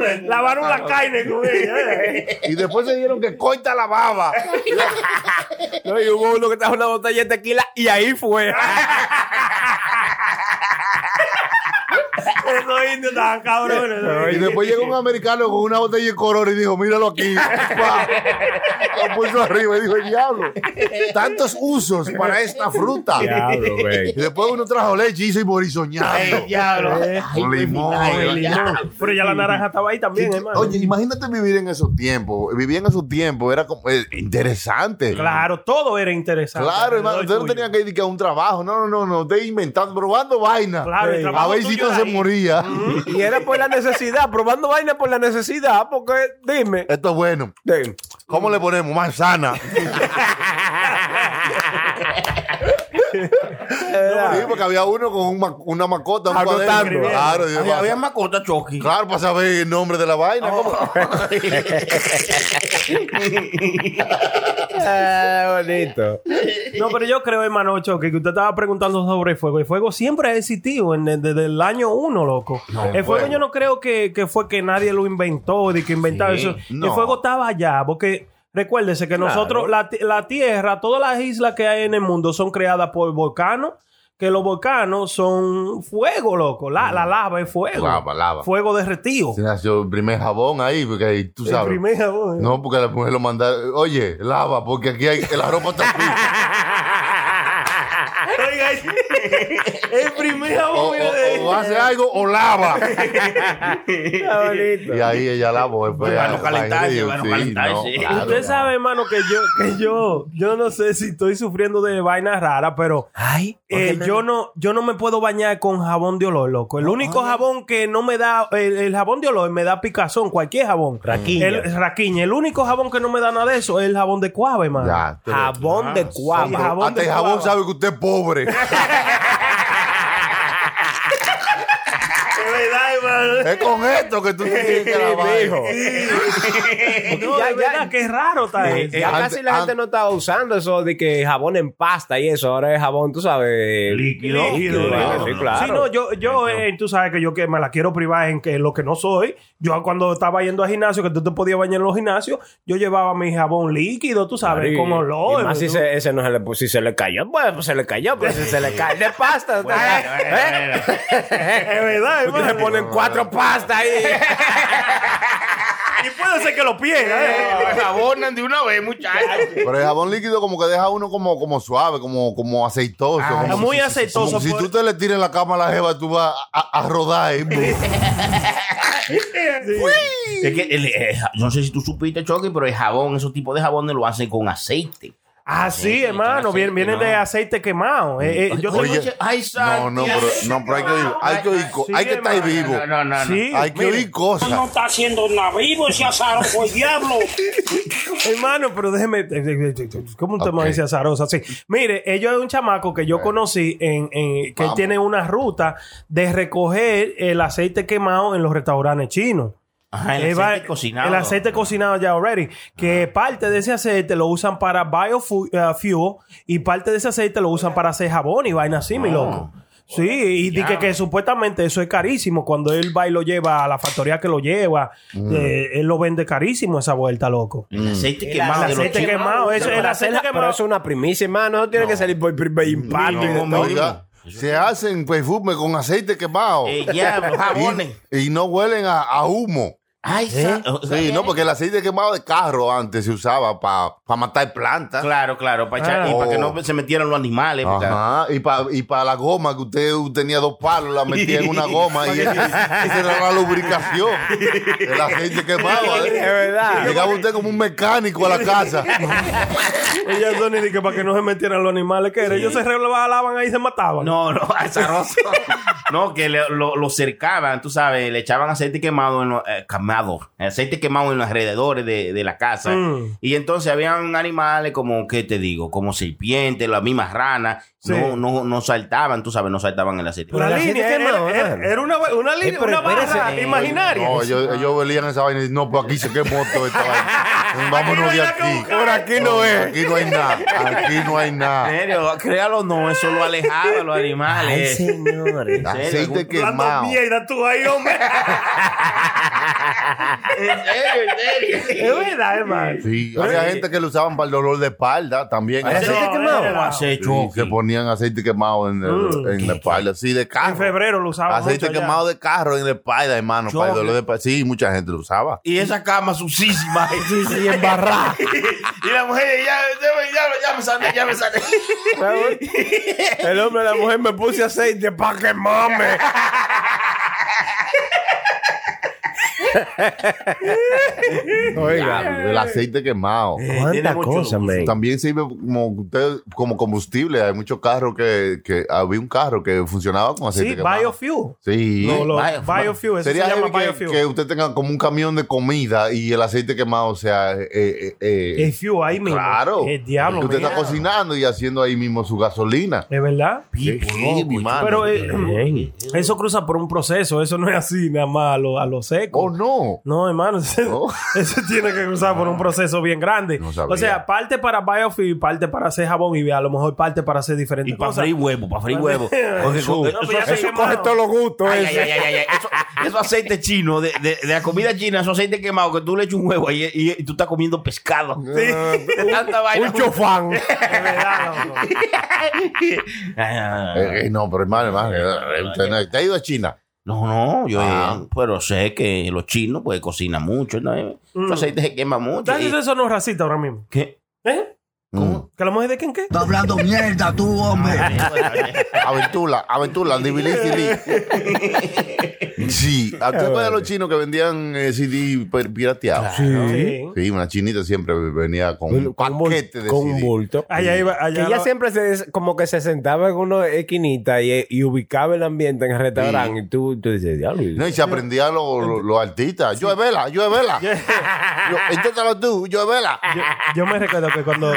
S6: eh. Lavaron la carne con ella. eh.
S3: Y después se dieron que corta la baba.
S7: No, y hubo uno que trajo una botella de tequila y ahí fue.
S6: Esos indios estaban cabrones. eh.
S3: Y después llegó un americano con una botella de corona y dijo, míralo aquí. Pa. Lo puso arriba y dijo, diablo, tantos usos para esta fruta. Y después uno trajo leche y hizo y morisoñando.
S5: diablo.
S3: Con limón.
S6: Eh, El limón. Pero ya la naranja estaba ahí también, hermano.
S3: Oye, imagínate vivir en esos tiempos. Vivir en esos tiempos era como, eh, interesante.
S6: Claro, todo era interesante.
S3: Claro, hermano, usted
S6: Alrededor
S3: no
S6: tuyo.
S3: tenía que dedicar a un trabajo. No, no, no, no. Usted inventando, probando vaina.
S6: Claro, el
S3: a
S6: trabajo
S3: ver
S6: tuyo
S3: si no
S6: era
S3: se
S6: ahí. Mm.
S3: día.
S7: Y era por la necesidad, probando vaina por la necesidad, porque dime.
S3: Esto es bueno.
S7: dime.
S3: ¿Cómo le ponemos? Manzana. Sí, porque había uno con un ma- una macota, un
S7: Anotando.
S3: cuaderno. Claro, yo-
S5: Había, había macota, Chucky.
S3: claro, para saber el nombre de la vaina.
S6: Oh.
S3: ¿cómo?
S7: Ah, bonito.
S6: No, pero yo creo, hermano Choque, que usted estaba preguntando sobre el fuego. El fuego siempre ha existido en- desde, el año uno, loco. el fuego,
S3: fuego.
S6: yo no creo que, que fue que nadie lo inventó, de que inventaba eso.
S3: no.
S6: El fuego estaba allá, porque recuérdese que nosotros, la, ti- la Tierra, todas las islas que hay en el mundo son creadas por volcanos. Que los volcanos son fuego, loco. La, la lava es fuego.
S3: Mm. Lava, lava.
S6: Fuego derretido.
S3: Se nació el primer jabón ahí, porque ahí tú
S6: El
S3: sabes.
S6: primer jabón.
S3: No, porque la mujer lo manda. Oye, lava, porque aquí hay, la ropa está fría.
S5: Oiga, el primer
S3: O,
S5: jabón
S3: o- o hace algo o lava.
S7: Está bonito.
S3: Y ahí ella lavó. después
S5: Para
S3: ya-
S5: no calentarse,
S3: Sí,
S5: para no
S3: sí,
S5: calentarse.
S3: claro,
S6: Usted
S3: ya.
S6: sabe, hermano, que yo, que yo, yo no sé si estoy sufriendo de vainas raras, pero
S7: Ay,
S6: eh, yo no, yo no me puedo bañar con jabón de olor, loco. El único jabón que no me da, el, el jabón de olor me da picazón, cualquier jabón.
S7: Raquiña.
S6: El, raquiña. El único jabón que no me da nada de eso es el jabón de cuave, hermano.
S3: Ya, tú-
S7: jabón de
S6: sí,
S7: cuava.
S6: jabón
S3: Hasta
S6: de
S3: el jabón
S6: cuava.
S3: sabe que usted es pobre.
S5: Es verdad, hermano.
S3: es con esto que tú te tienes que lavar.
S6: No,
S7: Ya,
S6: de
S7: ya.
S6: verdad, qué raro está
S7: Eh,
S6: eso.
S7: eh, ya
S3: Antes-
S7: casi la gente
S3: an-
S7: no estaba usando eso de que jabón en pasta y eso. Ahora es jabón, tú sabes.
S5: Líquido.
S7: claro,
S5: Líquido.
S7: sí, claro.
S6: Sí, no, yo, yo eh, tú sabes que yo que me la quiero privar en que lo que no soy. Yo cuando estaba yendo al gimnasio, que tú te podías bañar en los gimnasios, yo llevaba mi jabón líquido, tú sabes,
S7: Y-
S6: con olor.
S7: y más si
S6: ¿no?
S7: se, ese no se le, pu- si se le cayó, pues, pues se le cayó, pero si se le cae de pasta. ¿eh? ¿eh?
S6: Es verdad, es
S7: Ustedes
S6: verdad.
S7: le ponen cuatro pastas ahí.
S6: Y puede ser que lo pierda, ¿eh?
S5: Eh, Jabonan de una vez, muchachos.
S3: Pero el jabón líquido como que deja a uno como, como suave, como, como aceitoso.
S5: Ah,
S3: como
S6: es muy
S3: si-
S6: aceitoso,
S3: como si
S6: por-
S3: tú te le tiras en la cama a la jeva, tú vas a, a rodar. ¿eh?
S5: Es que el, eh, ja- no sé si tú supiste, Chucky, pero el jabón, esos tipos de jabones lo hacen con aceite.
S6: Así,
S5: Sí,
S6: hermano,
S5: aceite,
S6: viene, viene
S5: no.
S6: de aceite quemado. Eh, eh, yo tengo-
S3: Oye,
S5: Ay,
S3: no, no, pero, no, pero hay que oír, hay que oír, co-
S6: Sí,
S3: hay que estar
S6: hermano,
S3: vivo.
S5: No, no, no.
S6: Sí,
S3: Hay que
S6: mire,
S3: oír cosas.
S2: No está haciendo nada vivo ese azaroso, el diablo.
S6: hermano, pero déjeme. eh, ¿Cómo un tema
S3: Ok.
S6: dice azarosa? Sí. Mire, ellos es un chamaco que yo conocí en, en- que él
S3: Vamos.
S6: tiene una ruta de recoger el aceite quemado en los restaurantes chinos.
S5: Ajá,
S6: Él
S5: el
S6: va-
S5: aceite cocinado.
S6: el aceite cocinado ya already. Que parte de ese aceite lo usan para biofuel y parte de ese aceite lo usan para hacer jabón y vaina así,
S5: Oh.
S6: mi loco. Sí, y di que, que supuestamente eso es carísimo. Cuando él va y lo lleva a la factoría que lo lleva,
S5: Mm.
S6: eh, él lo vende carísimo esa vuelta, loco.
S5: El aceite
S6: El
S5: quemado. de los
S6: aceite
S5: chinos.
S6: quemado, eso, el aceite
S7: Pero hacerla- Pero
S6: quemado.
S7: eso es una primicia, hermano. No tiene que salir por primer impacto. y de
S5: No,
S7: todo.
S3: Oiga, se hacen perfume con aceite quemado.
S5: Eh, ya, los jabones.
S3: Y, y no huelen a, a humo.
S5: Ay, sa- o sea,
S3: Sí,
S5: eh,
S3: no, porque el aceite quemado de carro antes se usaba para matar plantas.
S5: Claro, claro, para echar, y
S3: Ah.
S5: para que no se metieran los animales. porque-
S3: Ajá, y para y pa la goma, que usted tenía dos palos, la metía en una goma y esa era la lubricación. El aceite quemado.
S7: Es verdad.
S3: Llegaba usted como un mecánico a la casa.
S6: Ellos son ni que para que no se metieran los animales que era. Ellos se rebalaban ahí y se mataban.
S5: No, no, azaroso. no, que le- lo, lo cercaban, tú sabes, le echaban aceite quemado en los, eh, quemado, aceite quemado en los alrededores de, de la casa.
S6: Mm.
S5: Y entonces habían animales como, ¿qué te digo? Como serpientes, las mismas ranas,
S6: Sí.
S5: no, no, no saltaban, tú sabes, no saltaban el aceite.
S7: Pero
S6: La
S7: el aceite
S6: línea
S7: quemado,
S6: era, era-
S7: hermano.
S6: era una, una línea,
S7: Eh, pero
S6: una barra
S7: espérese, eh,
S6: imaginaria.
S3: No, ellos, ellos olían esa vaina y dicen, no, pues aquí se quemó toda esta vaina. Vámonos de aquí. Por aquí no es. Aquí no hay nada. Aquí no hay
S5: En
S3: nada.
S5: serio, créalo o no, eso lo alejaba a los
S7: Ay,
S5: animales.
S7: señores.
S3: Aceite quemado.
S6: mierda tú ahí, hombre.
S5: En serio, en serio.
S6: es verdad, hermano.
S3: Sí, había gente que lo usaban para el dolor de espalda también.
S7: Era
S3: Sí,
S7: aceite
S6: No,
S7: quemado.
S6: era-
S5: ¿Cómo has hecho?
S3: se ponían aceite quemado en, el-
S6: Mm.
S3: en la espalda. Sí, de carro.
S6: En febrero lo usaban.
S3: Aceite
S6: mucho allá.
S3: quemado de carro en la espalda, hermano. Para el dolor de espalda. Sí, mucha gente lo usaba.
S5: Y esa cama sucísima.
S7: Y embarrada.
S5: y la mujer, ya, ya, ya, ya me sale, ya me sale.
S7: El hombre, la mujer me puse aceite para que mame.
S3: Oiga, el aceite quemado.
S6: Eh,
S5: tiene
S7: Cuántas
S5: mucho
S7: cosas, man.
S3: También sirve como, usted- como combustible. Hay muchos carros que, que había un carro que funcionaba con aceite
S6: Sí,
S3: quemado.
S6: biofuel.
S3: Sí.
S6: No, lo-
S3: Bio-
S6: biofuel, eso se
S3: Sería
S6: llama
S3: heavy que-
S6: biofuel.
S3: que, usted tenga como un camión de comida y el aceite quemado sea. eh, eh, eh,
S6: El fuel ahí mismo.
S3: claro.
S6: El diablo.
S3: Que usted
S6: man.
S3: está cocinando y haciendo ahí mismo su gasolina.
S6: ¿Es verdad?
S3: Qué heavy, mano.
S6: Pero eh, eso cruza por un proceso, eso no es así nada más a lo, a lo seco.
S3: oh, no.
S6: No, hermano, eso,
S5: Oh.
S3: No.
S6: eso tiene que cruzar por
S5: Ah.
S6: un proceso bien grande.
S3: No sabía.
S6: o sea, parte para biofuel, parte para hacer jabón y a lo mejor parte para hacer diferentes
S5: Y para
S6: cosas.
S5: freír huevo, para freír huevo. Porque con-
S6: No, pero ya
S5: eso-
S6: se
S5: eso
S6: quemó.
S5: coge todo-
S7: los gustos.
S5: Ay, ay, ay, ay, ay, Eso, Pues, eso aceite chino, de, de- de la comida china, eso aceite quemado, que tú le echas un huevo ahí y, y tú estás comiendo pescado. De tanta vaina.
S7: chofán.
S6: Es verdad, loco.
S5: Ah,
S3: Eh, eh, no, pero hermano, hermano.
S6: Ah.
S3: eh, usted no- usted ha ido a China.
S5: No, no, yo
S3: Ah.
S5: eh, pero sé que los chinos pues cocinan mucho, ¿no?
S6: Mm.
S5: Su aceite se quema mucho.
S6: ¿Estás
S5: y-
S6: diciendo eso no es racista ahora mismo?
S5: ¿Qué?
S6: ¿Eh?
S3: Mm.
S6: ¿Que la mujer de quién qué?
S3: Aventura, aventura, dibilícili. Sí, ¿a usted fue de los chinos que vendían eh, CD per- pirateados?
S6: Sí.
S3: Sí, una chinita siempre venía con un paquete de
S7: Con un
S3: CD.
S7: bulto.
S6: Allá iba,
S7: Que
S6: allá
S7: ella
S6: lo-
S7: siempre se, des- como que se sentaba en una esquinita y, y ubicaba el ambiente en el restaurante. Y tú, tú dices, diablo. y-
S3: No, y se aprendía lo- lo- los artistas. Yo es vela, yo es vela. Yo- Inténtalo tú, yo es vela.
S6: yo, yo me recuerdo que cuando,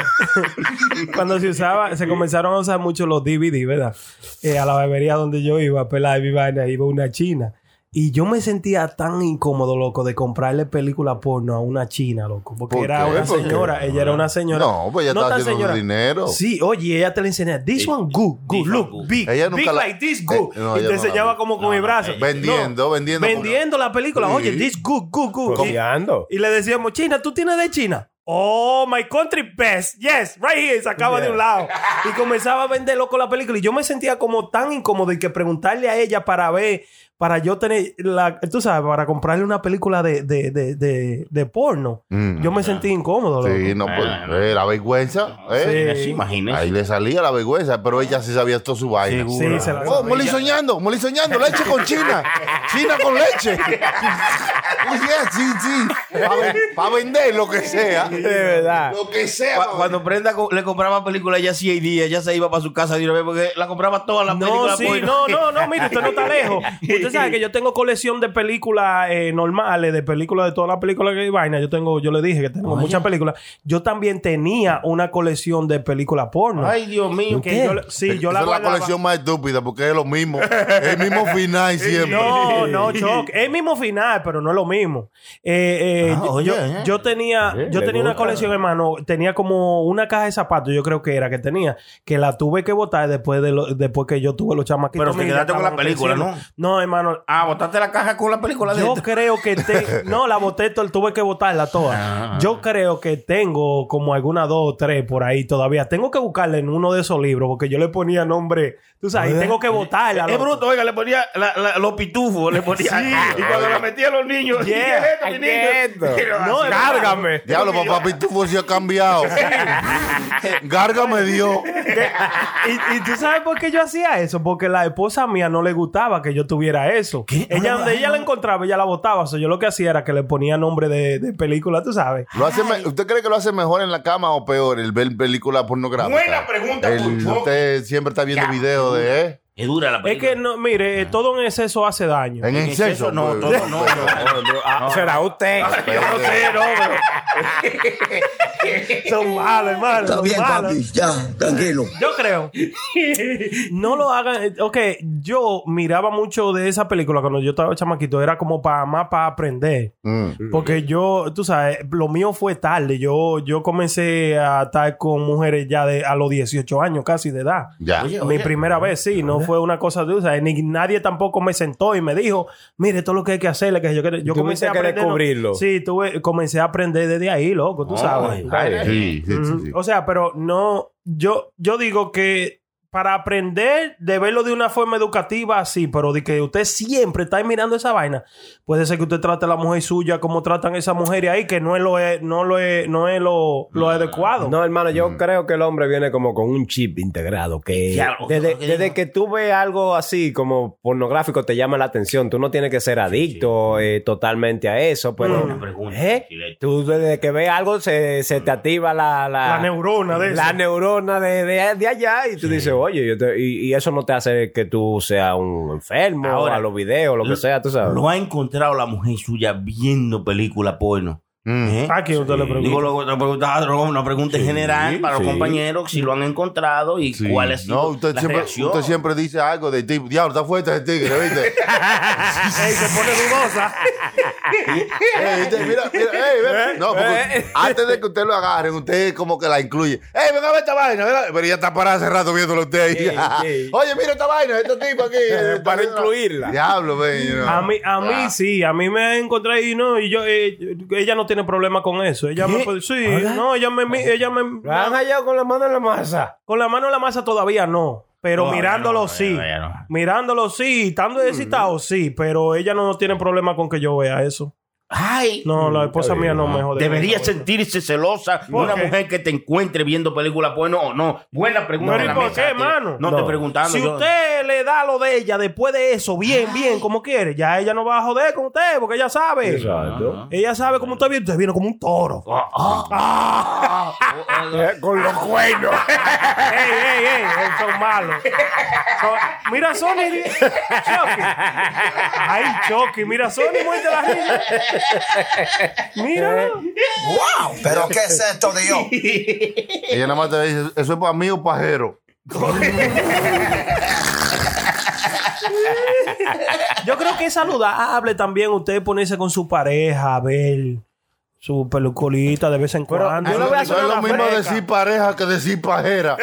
S6: cuando se usaba, se comenzaron a usar mucho los DVD, ¿verdad? Eh, a la barbería donde yo iba a pelar mi vaina, iba una china. Y yo me sentía tan incómodo, loco, de comprarle película porno a una china, loco. Porque
S3: ¿Por
S6: era
S3: qué?
S6: una
S3: ¿Por qué?
S6: señora, ella era una señora.
S3: No, pues ella estaba
S6: tan
S3: haciendo
S6: señora.
S3: dinero.
S6: Sí, oye, ella te le enseñaba, this one good,
S5: This
S6: good,
S5: one
S6: look,
S5: good.
S6: big,
S3: Ella
S6: big
S3: nunca la-
S6: like this good.
S3: Eh, no,
S6: y
S3: ella
S6: te
S3: no la
S6: enseñaba
S3: vi.
S6: como con el brazo.
S3: Vendiendo,
S6: No,
S3: vendiendo.
S6: Vendiendo la película,
S3: Sí.
S6: oye, this good, good, good. Y-
S7: Copiando.
S6: y le decíamos, China, ¿tú tienes de China? Oh, my country best. Yes, right here. Y Sacaba de un lado. Y comenzaba a vender loco la película. Y yo me sentía como tan incómodo y que preguntarle a ella para ver, para yo tener, la, tú sabes, para comprarle una película de, de, de, de, de porno.
S3: Mm.
S6: Yo me sentí incómodo.
S3: Sí,
S6: loco.
S3: no, pues, eh, la vergüenza. eh.
S5: Sí, imagínese.
S3: Ahí le salía la vergüenza, pero ella sí sabía toda su vaina.
S6: Seguro. Sí, se la
S3: oh,
S6: sabía.
S3: molí soñando, molí soñando, leche con China. China con leche. Oh, yeah, sí, sí. Para vender lo que sea.
S7: De verdad.
S3: Lo que sea.
S5: Cu-
S3: pa'
S5: Cuando Prenda co- le compraba película ya sí hay días, ya se iba para su casa de una vez porque la pues, compraba todas las
S6: No,
S5: películas.
S6: sí,
S5: porno.
S6: no, no, no, mire, usted no está lejos. Usted sabe que yo tengo colección de películas eh, normales, de películas de todas las películas que hay vaina. Yo tengo, yo le dije que tengo muchas películas. Yo también tenía una colección de películas porno.
S5: Ay, Dios mío,
S6: que
S5: qué-
S6: yo, le- sí, yo
S3: Esa
S6: la
S3: es la
S6: guardaba.
S3: colección más estúpida porque es lo mismo. Es el mismo final siempre.
S6: No, no, Choc. Es el mismo final, pero no es lo mismo. Eh, eh,
S5: Ah,
S6: yo-
S5: oye,
S6: yo,
S5: eh.
S6: yo tenía,
S7: Oye,
S6: yo
S7: le
S6: tenía una
S7: gusta.
S6: colección, hermano. Tenía como una caja de zapatos, yo creo que era que tenía, que la tuve que botar después de lo- después que yo tuve los chamaquitos.
S5: Pero te
S6: míos, ya
S5: quedaste con la
S6: estaban
S5: película,
S6: creciendo. No, hermano.
S5: Ah, botaste la caja con la película de
S6: Yo creo que te- no la boté, to- tuve que botarla
S5: Ah,
S6: toda. Yo creo que tengo como alguna dos o tres por ahí todavía. Tengo que buscarla en uno de esos libros porque yo le ponía nombre, tú sabes, y tengo que botarla.
S5: Es
S6: loco.
S5: bruto, oiga, le ponía la- la- los pitufos, le ponía. Y cuando la metía a los niños,
S6: Yeah.
S5: ¿qué es esto, mi
S7: Ay,
S5: niño?
S7: ¿qué es esto?
S5: Pero
S6: No,
S5: así,
S6: hermano.
S5: cárgame.
S3: Diablo, papá Pitufo se ha cambiado. Garga me dio.
S6: y, y tú sabes por qué yo hacía eso, porque la esposa mía no le gustaba que yo tuviera eso. Ella,
S5: Ah,
S6: donde ella la encontraba, ella la botaba. O sea, yo lo que hacía era que le ponía nombre de, de película, tú sabes.
S3: ¿Lo hace me- ¿Usted cree que lo hace mejor en la cama o peor el ver películas pornográficas?
S5: Buena pregunta,
S3: El-
S5: Pucho.
S3: Usted siempre está viendo
S5: Ya.
S3: videos de... ¿eh?
S5: Es dura la
S6: Es
S5: película.
S6: que no, mire, eh, todo en exceso hace daño.
S3: En,
S5: exceso,
S3: exceso.
S5: no,
S3: pues.
S5: todo no, no, no,
S7: Ah, Será usted.
S5: Yo no sé, no, pero.
S6: Son malos, hermano. son malos.
S8: ya, tranquilo.
S6: Yo creo. No lo hagan. eh, Ok, yo miraba mucho de esa película cuando yo estaba chamaquito. Era como para más para aprender.
S3: Mm.
S6: Porque yo, tú sabes, lo mío fue tarde. Yo, yo comencé a estar con mujeres ya de, a los 18 años casi de edad.
S3: Ya.
S6: Mi primera vez, sí, no fue una cosa de, o sea, ni nadie tampoco me sentó y me dijo, mire, todo lo que hay que hacerle, que yo, quiero-". yo
S7: Tuviste
S6: comencé a
S7: que
S6: aprender, ¿no?
S7: descubrirlo.
S6: Sí, tuve, comencé a aprender desde ahí, loco, tú sabes.
S3: Sí, sí, sí,
S6: Ujú.
S3: sí.
S6: O sea, pero no, yo, yo digo que para aprender de verlo de una forma educativa así, pero de que usted siempre está mirando esa vaina, puede ser que usted trate a la mujer suya como tratan a esa mujer ahí, que no es lo, eh, no lo, no es lo, lo adecuado.
S7: No, hermano, yo creo que el hombre viene como con un chip integrado. Que
S5: Ya, lo-
S7: desde,
S5: lo que
S7: desde
S5: digo.
S7: que tú ves algo así como pornográfico te llama la atención. Tú no tienes que ser adicto eh, totalmente a eso, pero.
S5: Buena pregunta,
S7: ¿Eh?
S5: Chile.
S7: Tú desde que ves algo se, se te activa la, la,
S6: La neurona de
S7: la
S6: eso.
S7: neurona de, de- de allá y tú dices, oye, yo te- y, y eso no te hace que tú seas un enfermo
S5: Ahora,
S7: a los videos, lo que
S5: lo-
S7: sea, tú sabes.
S5: Lo ha encontrado la mujer suya viendo película porno.
S3: Mm.
S5: ¿Eh?
S6: ¿A quién usted le pregunta?
S5: Digo, lo- lo preguntaba, lo- una pregunta en general para los
S7: sí.
S5: compañeros si lo han encontrado y cuál es
S3: No, usted
S5: la
S3: siempre,
S5: reacción.
S3: usted siempre dice algo de tipo, diablo, está fuerte ese tigre, ¿viste?
S6: Ey, se pone dudosa.
S3: Ey, Eh, usted, mira, mira, ey, ven. No, porque antes de que usted lo agarren, usted como que la incluye. ¡Ey, venga a ver esta vaina! venga a ver. Pero ya está parada hace rato viéndolo usted ahí.
S7: Ey, ey.
S3: Oye, mira esta vaina, este tipo aquí. eh,
S7: Para
S3: está-
S7: incluirla.
S3: Diablo, ven. you know.
S6: A mí, a mí sí, a mí me encontré y no, y yo, eh, ella no tiene problema con eso. Ella me puede- sí, no, ella me, mi- ella me,
S7: Lo han hallado con la mano en la masa.
S6: con la mano en la masa todavía no, pero
S5: No,
S6: mirándolo
S5: no,
S6: sí,
S5: no, no, no.
S6: mirándolo sí, estando excitado sí, pero ella no tiene problema con que yo vea eso.
S5: Ay,
S6: No, la esposa mía no me jode.
S5: debería
S6: No,
S5: sentirse celosa
S6: ¿Por
S5: una
S6: qué?
S5: mujer que te encuentre viendo película porno o no. Buena pregunta.
S6: Pero
S5: en
S6: ¿y
S5: la
S6: por
S5: mesa.
S6: qué,
S5: Te-
S6: hermano?
S5: No, te
S7: No.
S5: preguntando.
S6: Si
S5: yo-
S6: usted le da lo de ella después de eso, bien, bien, como quiere, ya ella no va a joder con usted porque ella sabe. Ella sabe cómo usted viene. Usted viene como un toro. Ah.
S7: Ah, Con los cuernos.
S6: ¡Ey, ey, ey! Son malos. Son- mira, Sony. Chucky. ¡Ay, Chucky! Mira, Sony, muerte la risa. Mira.
S7: Eh,
S8: ¿Pero qué es esto, Dios?
S3: Ella nada más te dice, eso es para mí o pajero.
S6: Yo creo que es saludable también usted ponerse con su pareja, a ver su peluculita de vez en
S7: Pero
S6: cuando.
S7: yo le voy a hacer
S3: No es lo
S7: una
S3: mismo
S7: freca.
S3: decir pareja que decir pajera.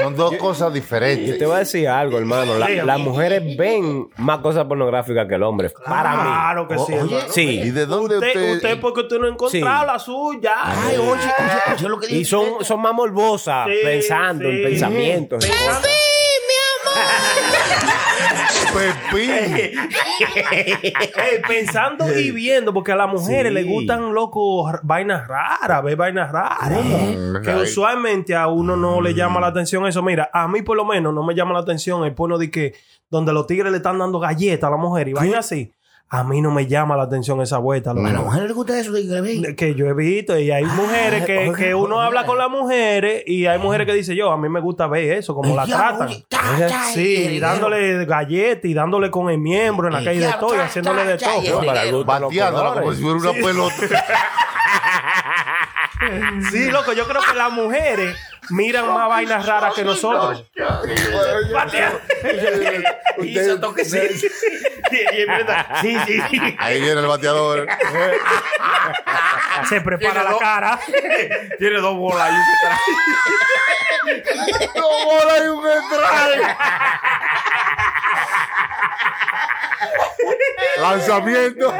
S3: Son dos cosas
S7: Yo te
S3: diferentes.
S7: voy a decir algo, hermano. La-
S6: Dígame.
S7: las mujeres ven más cosas pornográficas que el hombre. Para mí.
S6: Claro que sí.
S5: Oye,
S6: hermano.
S3: ¿Y
S7: Sí.
S3: de dónde
S6: Usted,
S3: usted?
S6: usted porque usted no ha encontrado la suya.
S5: Ay, oye, oye, oye, lo que
S7: Y
S5: dice.
S7: son, son más morbosas,
S6: Sí,
S7: pensando
S6: sí.
S7: en pensamientos.
S3: Pepín.
S6: Ey, eh, pensando y viendo, porque a las mujeres
S7: Sí.
S6: les gustan locos r- vainas raras, ver vainas raras.
S7: Mm,
S6: Que usualmente a uno no le llama la atención eso. Mira, a mí por lo menos no me llama la atención el porno de que donde los tigres le están dando galletas a la mujer y vaina así. A mí no me llama la atención esa vuelta. loco.
S5: A la mujer le gusta eso. de que le ven.
S6: Que yo he visto y hay mujeres que,
S5: oiga,
S6: que uno
S5: oiga.
S6: habla con las mujeres y hay mujeres que dicen yo, a mí me gusta ver eso, como la
S5: El diablo,
S6: tratan.
S5: oye, ta, ta,
S6: Sí, y
S5: el
S6: dándole galletas y dándole con el miembro en la
S5: El
S6: calle de
S8: diablo,
S6: todo y
S8: ta,
S6: haciéndole de
S8: ta, ta, y el
S6: todo.
S8: dinero.
S3: Bateándola como si fuera una pelota.
S6: Sí, loco, yo creo que las mujeres miran más vainas raras que nosotros.
S5: Y se toque sí. Sí, y es verdad. Sí, sí.
S3: Ahí viene el bateador.
S6: Se prepara la
S5: dos.
S6: cara.
S5: Tiene dos bolas ahí.
S3: ¡No bola y un entrale! Lanzamiento.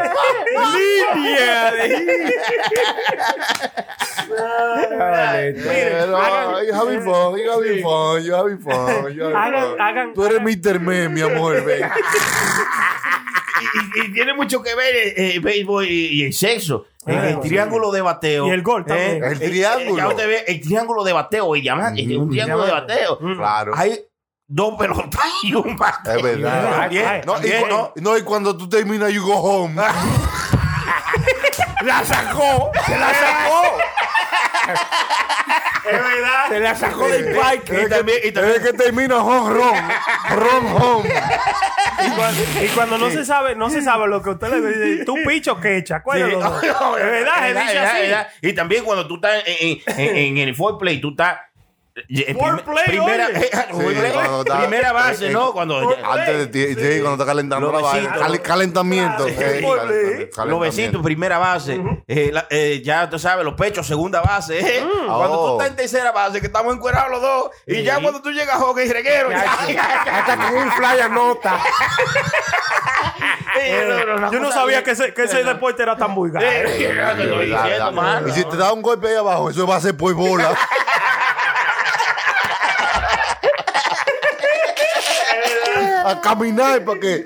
S3: Pero, you having fun, you having fun, you having fun, you having
S6: Hagan-
S3: fun.
S6: hagan-
S3: Tú eres Mr. Men, mi amor, ven.
S5: y, y tiene mucho que ver eh, eh, el béisbol y, y el sexo. En el triángulo de bateo. ¿eh?
S6: Y el gol también.
S3: El triángulo.
S5: ya usted ve el triángulo de bateo y diamante. es
S6: Mm.
S5: un triángulo de bateo.
S3: Claro.
S5: Hay dos pelotas y un bate.
S3: Es verdad.
S6: Ay, ay,
S3: No, y,
S6: también.
S3: cu- no, no, y cuando tú terminas, you go home.
S5: La sacó. Se la sacó. es verdad.
S7: Se la sacó del parque.
S5: Y también, y también
S3: Es que termina home run. Run home.
S6: Y cuando, y cuando no se sabe, no se sabe lo que usted le dice, tú picho que echa, ¿cuál es
S5: Sí.
S6: lo dos?
S5: No,
S6: Es
S5: es
S6: verdad, se
S5: verdad,
S6: dice
S5: es
S6: así.
S5: verdad. Y también cuando tú estás en, en- en- en el foreplay, tú estás. eh,
S6: Foreplay,
S5: primera,
S6: oye.
S5: foreplay,
S3: cuando está-
S5: primera base,
S3: eh,
S5: ¿no?
S3: eh,
S5: Cuando
S3: Antes de ti, sí, cuando está calentando la vaina.
S5: Nuevecito.
S3: Cal- calentamiento. eh,
S5: Por
S3: calentamiento,
S5: los
S3: calentamiento.
S5: besitos, primera base, eh, la- eh, ya tú sabes, los pechos, segunda base. eh. Cuando tú
S3: Oh.
S5: estás en tercera base, que estamos encuerados los dos, y ya cuando tú llegas a hockey reguero, ya, ya, ya,
S7: Hasta con un fly anota.
S5: eh, no, no, una
S6: Yo no
S5: cosa
S6: sabía
S5: bien.
S6: que ese, que ese deporte era tan vulgar.
S5: Eh, yo te
S3: Sí,
S5: estoy
S3: verdad,
S5: diciendo,
S3: verdad.
S5: mano.
S3: Y si te da un golpe ahí abajo, eso va a ser por pues bola. a caminar para que.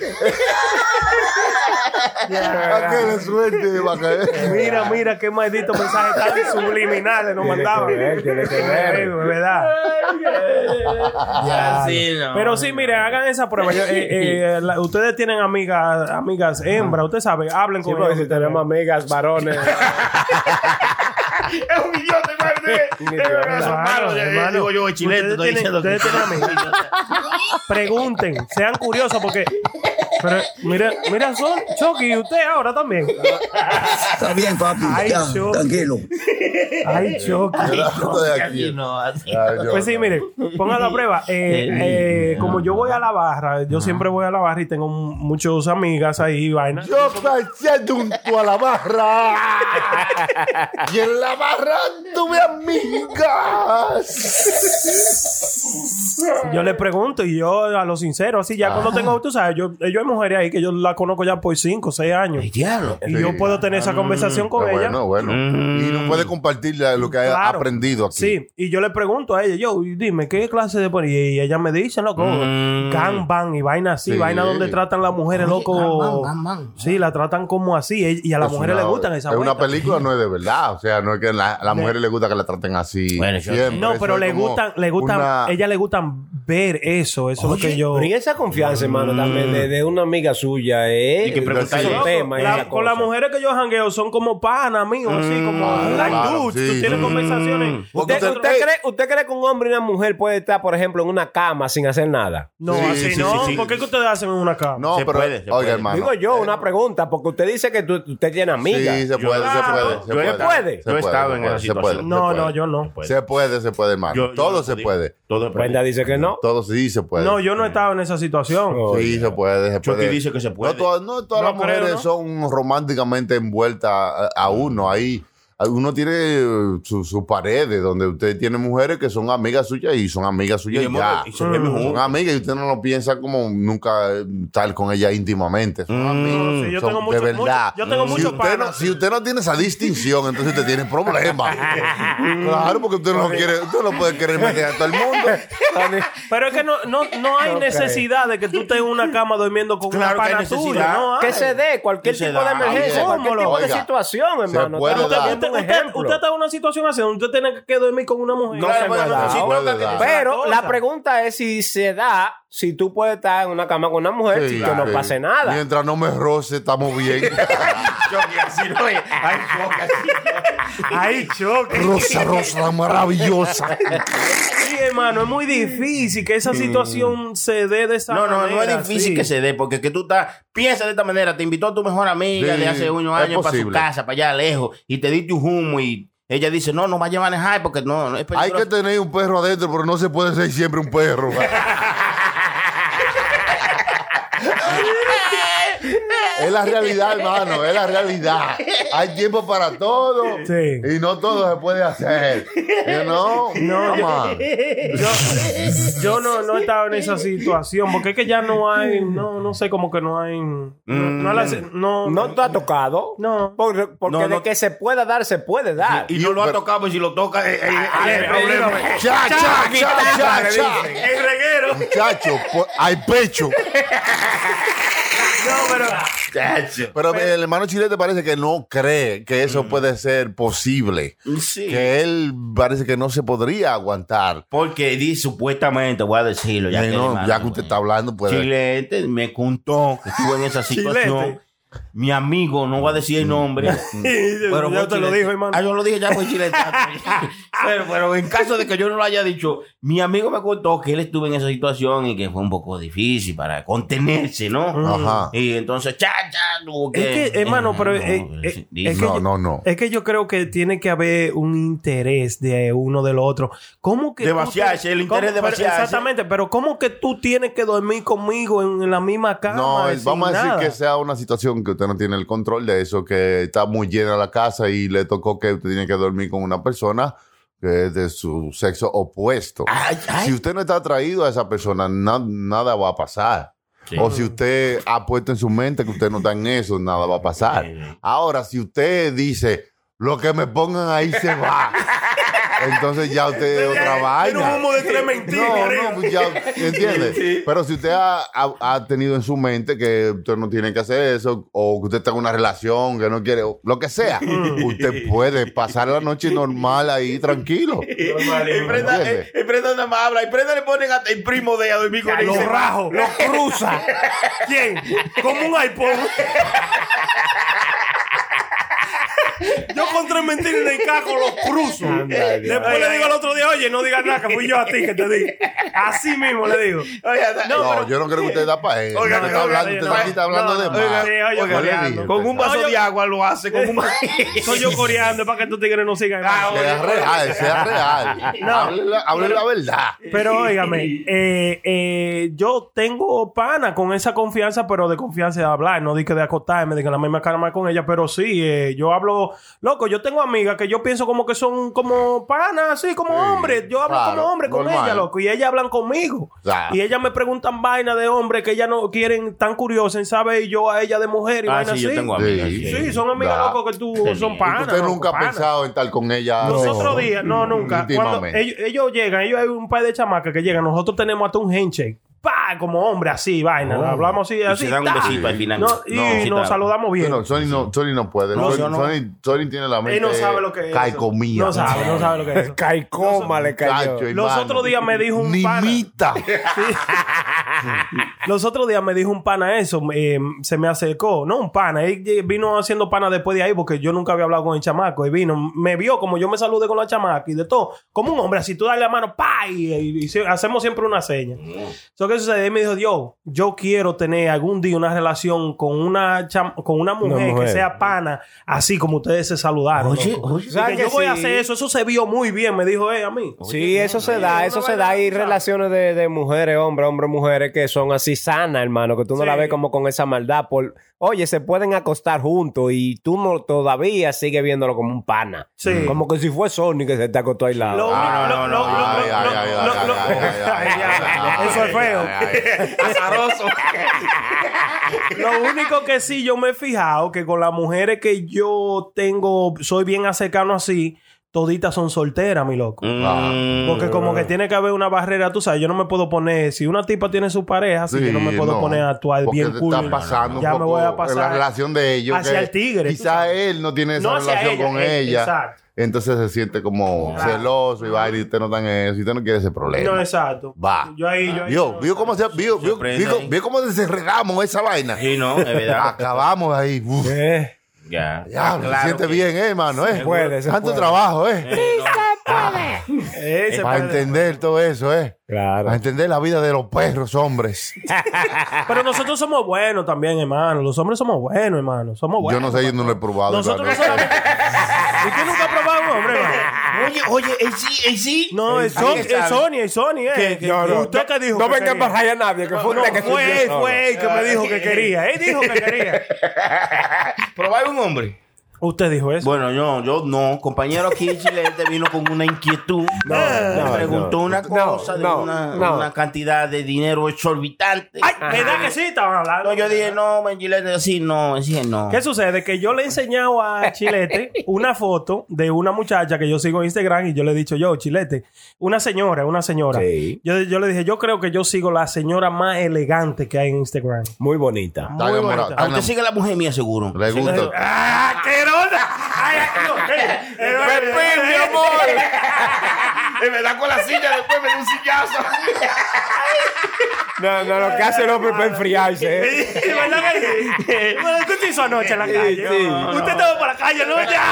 S3: para que le suelte. para que-
S6: Mira, mira, qué maldito mensaje tan subliminal nos
S7: Tiene que
S6: mandaban.
S7: ver, tiene que ver.
S6: Eh, ¿Verdad?
S5: Sí, no.
S6: Pero sí, miren, hagan esa prueba. Yo, eh, eh, la- ustedes tienen amigas, amigas hembra, ustedes saben, hablen
S7: Sí,
S6: con
S7: porque
S6: ellas.
S7: si tenemos amigas, varones.
S5: es un idiota, hermano. de- de- de-
S7: Claro,
S5: Eso es malo. ya- ya
S6: hermano.
S5: Digo yo, chilete, estoy
S6: Ustedes tienen-
S5: diciendo que.
S6: ustedes tienen amigos. Pregunten, sean curiosos porque. Pero, mira, mira, son Chucky y usted ahora también.
S8: Está bien, papi.
S6: Ay,
S8: ya,
S6: yo-
S8: tranquilo.
S6: Ay, Chucky.
S3: Yo de
S5: Aquí
S3: aquí.
S5: no, así.
S3: Ay, yo-
S6: Pues sí, mire, pongan la prueba. Eh, eh, como yo voy a la barra, yo siempre voy a la barra y tengo m- muchas amigas ahí, y vaina.
S3: Yo pasé junto a la barra. y en la barra tuve amigas.
S6: Yo le pregunto y yo a lo sincero, así ya cuando tengo, tú sabes, yo, yo hay mujeres ahí que yo la conozco ya por 5, 6 años.
S5: Diablo.
S6: Y yo puedo tener esa conversación con
S3: Ah,
S6: ella.
S3: Bueno, bueno. Y no puede compartir la- lo que ha
S6: Mm. Claro.
S3: aprendido aquí.
S6: Sí, y yo le pregunto a ella, yo, y dime, ¿qué clase de por Y ella me dice, loco, gangbang y vaina así,
S3: Mm. Sí.
S6: vaina donde tratan las mujeres, loco. Sí, la tratan como así, e, y- y a las
S3: Es
S6: mujeres
S3: una-
S6: les gustan esas
S3: Es una
S6: vueltas.
S3: película, no es de verdad. O sea, no es que a la, a las mujeres les gusta que la traten así.
S5: Bueno, yo-
S3: siempre.
S6: No,
S3: Eso
S6: pero
S3: es
S6: le
S3: como
S6: gustan, le gustan,
S3: una-
S6: ella le gustan ver eso, eso es lo que yo.
S7: Pero en esa confianza, hermano, también de, de una amiga suya, ¿eh?
S5: Y que preguntarle.
S7: Su
S6: Loco,
S7: tema y
S6: la-
S7: esa
S6: con las
S7: cosa.
S6: mujeres que yo jangueo son como pana, amigo, así como
S3: claro,
S6: like
S3: Mm, claro,
S6: dudes,
S3: sí, mm.
S6: tú tienes
S3: sí.
S6: conversaciones.
S3: Porque
S7: ¿Usted,
S3: usted-
S7: usted cree, ¿Usted cree que un hombre y una mujer puede estar, por ejemplo, en una cama sin hacer nada?
S6: No,
S3: Sí,
S6: así
S5: sí,
S6: no,
S5: sí, sí.
S6: ¿por qué que ustedes hacen en una cama?
S3: No,
S5: Se
S3: pero.
S5: puede, se
S3: oiga,
S5: puede.
S3: hermano.
S7: Digo yo, una pregunta, porque usted dice que tú- usted tiene amigas.
S3: Sí, se
S5: Yo-
S3: puede, se
S5: Claro.
S3: puede.
S5: Yo he
S3: se
S5: estado-
S3: puede.
S5: yo
S3: Se
S5: he
S3: puede,
S5: estado
S3: se
S5: en
S3: puede,
S5: esa
S3: se
S5: situación.
S3: puede, se
S6: No, no,
S3: pues. puede.
S6: yo no.
S3: Se puede, se puede, hermano.
S5: Yo- yo
S3: todo
S5: no
S3: se
S5: podía.
S3: puede.
S5: Todo es
S7: Brenda dice que no.
S3: Todo sí se puede.
S6: No, yo no estaba en esa situación.
S3: Sí, se puede, se
S5: Chucky
S3: puede.
S5: dice que se puede.
S3: No, todas- no todas
S6: No
S3: las
S6: creo,
S3: mujeres
S6: ¿no?
S3: son románticamente envueltas a, a uno. Ahí uno tiene eh, su, su paredes donde usted tiene mujeres que son amigas suyas y son amigas suyas
S5: Y de
S3: ya.
S5: modo- y se ven
S3: Mm.
S5: juntos.
S3: son amigas y usted no lo piensa como nunca eh, tal con ella íntimamente.
S5: Mm.
S3: Son amigos,
S6: Sí, yo
S3: son
S6: tengo
S3: de
S6: mucho-
S3: verdad.
S6: mucho- yo tengo
S3: si
S6: muchos
S3: usted no,
S6: panas.
S3: Si usted no tiene esa distinción, entonces usted tiene problemas. claro, porque usted no quiere, usted no puede querer meter a todo el mundo.
S6: Pero es que no, no, no hay necesidad de que tú estés en una cama durmiendo con
S5: Claro que
S6: una
S5: hay
S6: pana tuya.
S5: necesidad.
S6: No hay.
S7: Que se dé cualquier
S5: Que se
S7: tipo de
S5: da.
S3: Oye,
S7: emergencia, cualquier tipo
S3: oiga,
S7: de situación,
S3: se
S7: hermano.
S3: puede
S7: Estamos
S3: dar.
S6: Usted,
S7: dando un
S6: usted-
S7: ejemplo.
S6: usted está en una situación así donde usted tiene que dormir con una mujer.
S7: No se puede dar.
S3: se puede dar.
S7: Pero
S6: cosa.
S7: la pregunta es si se da, si tú puedes estar en una cama con una mujer
S3: Sí,
S7: sin que no
S3: sí.
S7: pase nada.
S3: Mientras no me roce, estamos bien.
S5: Chucky, así no es. Ay, Chucky, así.
S6: Ay, choque.
S3: Rosa, rosa, maravillosa.
S6: Sí, hermano, es muy difícil que esa situación se dé de esa
S5: No,
S6: manera.
S5: no, no es difícil
S6: sí.
S5: que se dé, porque que tú estás, piensa de esta manera, te invitó a tu mejor amiga
S3: Sí,
S5: de hace unos
S3: es
S5: años para su
S3: posible.
S5: casa, para allá lejos, y te diste un humo y ella dice, no, no vaya a manejar porque no, no es
S3: Hay que
S5: peligroso.
S3: tener un perro adentro, pero no se puede ser siempre un perro. Es la realidad, hermano, es la realidad. Hay tiempo para todo
S6: Sí.
S3: y no todo se puede hacer. You know?
S6: No,
S3: Come
S6: yo-
S3: on.
S6: Yo, yo no, no estaba en esa situación, porque es que ya no hay, no, no sé, como que no hay. No, no, la- no,
S7: No te ha tocado.
S6: No.
S7: Por- porque
S5: No,
S7: de
S5: no.
S7: que se pueda dar, se puede dar.
S5: Y no lo ha tocado, pues si lo toca, eh, eh, eh, el problema.
S3: Cha, cha, cha, cha, cha.
S6: el reguero.
S3: Muchacho, po- hay pecho.
S6: No, pero.
S5: Chacho.
S3: Pero eh, el hermano chilete parece que no cree que eso puede ser posible.
S5: Sí.
S3: que él parece que no se podría aguantar.
S5: Porque dice, supuestamente, voy a decirlo, ya,
S3: Eh,
S5: que,
S3: no,
S5: hermano,
S3: ya que usted
S5: eh,
S3: está hablando, pues.
S5: Chilete me contó que estuvo en esa situación.
S6: Chilete.
S5: Mi amigo, no voy a decir el nombre.
S6: Ya
S5: fue
S6: te lo
S5: Chilete.
S6: dijo, hermano.
S5: Ah, yo lo dije ya fue Chilete. pero, pero en caso de que yo no lo haya dicho, mi amigo me contó que él estuvo en esa situación y que fue un poco difícil para contenerse, ¿no?
S3: Ajá.
S5: Y entonces, cha, cha, tuvo
S6: Es que, hermano, pero. eh,
S5: no,
S6: eh,
S5: sí,
S6: es que
S5: no.
S3: No,
S6: yo-
S3: no, no.
S6: Es que yo creo que tiene que haber un interés de uno de los otros. ¿Cómo que.
S5: De
S6: tú
S5: vaciarse,
S6: te-
S5: el interés
S6: cómo-
S5: de
S6: pero-
S5: vaciarse.
S6: Exactamente, pero ¿cómo que tú tienes que dormir conmigo en, en la misma cama?
S3: No,
S6: sin
S3: vamos a decir
S6: nada?
S3: que sea una situación que usted no tiene el control de eso, que está muy llena la casa y le tocó que usted tiene que dormir con una persona que es de su sexo opuesto.
S5: Ay, Ah, ay.
S3: Si usted no está atraído a esa persona, na- nada va a pasar. O si usted ha puesto en su mente que usted no está en eso, nada va a pasar. Ahora, si usted dice, lo que me pongan ahí se va. Entonces ya usted es otra
S6: Tiene un
S3: vaina.
S6: humo de tres
S3: No,
S6: mentiras.
S3: no, pues ya, ¿entiendes? Pero si usted ha, ha- ha tenido en su mente que usted no tiene que hacer eso, o que usted está en una relación que no quiere, o lo que sea,
S6: Mm.
S3: usted puede pasar la noche normal ahí tranquilo.
S5: Y Prenda,
S6: eh,
S3: ¿Entiendes?
S5: y Prenda nada más habla. Y Prenda le ponen hasta el primo de ella a dormir con él.
S6: Lo rajo, lo cruza. ¿Quién? Como un iPhone. Yo con tres mentiras en el caco los cruzo.
S7: Ándale.
S6: Después le digo al otro día, oye, no digas nada, que fui yo a ti que te di. Así mismo le digo.
S5: Oye, hasta-
S3: No, yo no creo que usted da para eso.
S5: Oiga,
S3: Usted
S5: oiga,
S3: está hablando,
S5: oiga,
S3: usted aquí está hablando
S6: no,
S3: de
S6: no,
S3: más.
S6: oiga, oiga,
S3: Yo le
S6: oiga,
S3: dije,
S5: Con un vaso
S6: No, yo-
S5: de agua lo hace. Con un vaso.
S6: Soy yo coreando para que estos tigres no sigan.
S5: Ah,
S3: Sea real, sea real.
S6: No.
S3: hable, la, hable la verdad.
S6: Pero óigame, eh, eh, yo tengo pana con esa confianza, pero de confianza de hablar, no de que de acostarme, de que la misma cara más con ella, pero sí, eh, yo hablo, loco, yo tengo amigas que yo pienso como que son como panas, así como
S3: Sí,
S6: hombres, yo hablo
S3: claro,
S6: como hombre con
S3: normal.
S6: ella, loco, y ellas hablan conmigo.
S3: Claro.
S6: Y ellas me preguntan vainas de hombres que ellas no quieren, tan curiosas en saber, y yo a ella de mujer y
S5: Ah,
S6: vainas
S5: sí, yo
S6: así.
S5: tengo amigas.
S3: Sí.
S5: que-
S6: Sí, son amigas,
S3: Claro.
S6: loco, que tú son
S5: Y
S6: panas.
S3: Usted
S6: loco,
S3: nunca ha
S6: panas.
S3: pensado en estar con ella.
S6: Nosotros días, no, nunca. Cuando
S3: Íntimamente.
S6: ellos, ellos llegan, ellos hay un par de chamacas que llegan, nosotros tenemos hasta un handshake. ¡Pah! Como hombre, así, vaina. Hablamos así,
S5: Oh. Y
S6: así.
S5: se dan un
S6: ¡ta!
S5: besito al final.
S6: No, y
S5: No, sí,
S6: nos
S5: ta-
S6: saludamos bien.
S3: No, Sony no, Sony no puede.
S6: No,
S3: Sony,
S6: yo no.
S3: Sony- Sony tiene la mente.
S6: Él no sabe lo que es.
S3: Cae
S6: eso.
S3: comida.
S6: No sabe, no sabe lo que es. eso.
S7: Caicoma le cayó.
S3: Cacho,
S6: Los
S3: hermano.
S6: otros días me dijo un pana.
S3: Nimita.
S6: Los otros días me dijo un pana eso, eh, se me acercó, no un pana, él eh, vino haciendo pana después de ahí porque yo nunca había hablado con el chamaco y vino, me vio como yo me saludé con la chamaca y de todo, como un hombre, así tú dale la mano, pa, y, y- y se- hacemos siempre una seña. So, ¿qué sucede? Él me dijo, yo, yo quiero tener algún día una relación con una, cham- con una mujer,
S7: mujer.
S6: que sea pana, así como ustedes se saludaron. loco.
S7: O
S6: Y
S7: sea
S6: que
S7: que
S6: yo voy a
S7: sí.
S6: hacer eso, eso se vio muy bien, me dijo él a mí.
S7: Sí, eso se
S6: una
S7: da, eso se
S6: vaina
S7: da. Hay
S6: rara.
S7: relaciones de, de mujeres, hombres, hombres, mujeres que son así sanas, hermano, que tú no
S6: Sí.
S7: la ves como con esa maldad. Por, oye, se pueden acostar juntos y tú no todavía sigues viéndolo como un pana.
S6: Sí.
S7: Como que si fue Sony que se te acostó ahí
S6: Lo
S7: lado.
S3: Ah,
S6: único-
S3: no,
S6: lo-
S3: no, no.
S6: lo- lo-
S3: Ay,
S6: lo-
S3: ay,
S6: lo-
S3: ay,
S6: lo-
S3: ay,
S6: lo-
S3: ay, ay,
S6: Ay, ya,
S3: ay,
S6: Eso es feo.
S3: ay, ay, ay.
S5: Azaroso.
S6: Lo único que sí yo me he fijado que con las mujeres que yo tengo, soy bien acercano así, toditas son solteras, mi loco.
S5: Mm,
S6: Ah, Porque como que tiene que haber una barrera, tú sabes, yo no me puedo poner, si una tipa tiene su pareja, así que no me
S3: Sí,
S6: puedo
S3: no,
S6: poner a actuar
S3: porque
S6: bien
S3: te
S6: cool.
S3: está pasando
S6: ya
S3: un
S6: me
S3: poco
S6: voy a
S3: en la
S6: pasar
S3: relación de ellos.
S6: hacia
S3: que
S6: el tigre, tú
S3: Quizás él no tiene esa
S6: No hacia
S3: relación
S6: ella,
S3: con
S6: eh,
S3: ella.
S6: exacto.
S3: Entonces se siente como
S6: Claro.
S3: celoso y vaina y usted no está en eso. Y usted no quiere ese problema.
S6: No, exacto.
S3: Va.
S6: Yo ahí, yo ahí.
S3: Vio, vio cómo se vio, vio,
S5: Sorprende
S3: vio-
S5: ahí.
S3: vio cómo desenredamos esa vaina.
S5: Sí, no, es verdad.
S3: Acabamos ahí. Uf,
S7: Eh,
S5: Ya.
S3: Ah, ya, se
S5: Claro
S3: siente
S5: que-
S3: bien, eh, hermano, eh.
S7: Se puede, se
S3: Tanto
S7: puede.
S3: trabajo, eh.
S6: Ese
S3: Para
S6: padre.
S3: entender todo eso, eh.
S7: claro.
S3: Para entender la vida de los perros, hombres.
S6: Pero nosotros somos buenos también, hermano. Los hombres somos buenos, hermano. Somos
S3: yo
S6: buenos.
S3: no sé, yo no lo he probado.
S6: Nosotros no
S3: hermano.
S6: solamente... ¿Usted nunca ha probado un hombre, hermano?
S5: Oye, oye, él sí, él sí.
S6: No, es Sony, es Sony, es Sony, eh. Que- ¿Usted que dijo?
S7: No
S6: que
S7: venga a
S6: quería?
S7: embarrar a nadie, que fue
S6: No,
S7: usted que
S6: fue él,
S7: estudió solo.
S6: fue él que me dijo que quería. Él dijo que quería.
S5: Probar un hombre.
S6: Usted dijo eso.
S5: Bueno, yo, yo no. Compañero aquí en Chile él te vino con una inquietud.
S7: no,
S5: me
S7: no.
S5: preguntó una
S7: No,
S5: cosa de
S7: no,
S5: una,
S7: no.
S5: una cantidad de dinero exorbitante. Ah,
S6: Ay, ¿verdad que sí? Estaban hablando.
S5: No, yo dije, no, Menchilete, así no, así no.
S6: ¿Qué sucede? Que yo le he enseñado a Chilete una foto de una muchacha que yo sigo en Instagram y yo le he dicho, yo, Chilete, una señora, una señora.
S7: Sí.
S6: Yo, yo le dije, yo creo que yo sigo la señora más elegante que hay en Instagram.
S7: Muy bonita.
S3: Está enamorado,
S5: A
S6: bonita.
S3: está
S5: usted
S3: enamorado.
S5: sigue la mujer mía, seguro.
S3: Le gusta.
S6: ¡Ah, qué onda! ¡Ay, ay, no! eh, eh,
S5: Pepín, mi amor. Y me da con la silla, después me da un sillazo.
S7: No, no, lo que hace el hombre es para enfriarse. eh.
S6: Sí, ¿verdad que sí? Bueno, usted te hizo anoche en la calle.
S7: sí.
S6: Usted estaba por la calle, ¿no? Ya.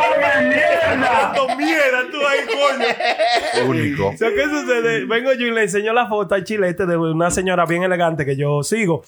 S6: Mira, come mierda, come mierda. Cuando mierda tú ahí, coño.
S3: Único.
S6: So, ¿Qué sucede? Vengo yo y le enseño la foto al chilete de una señora bien elegante que yo sigo.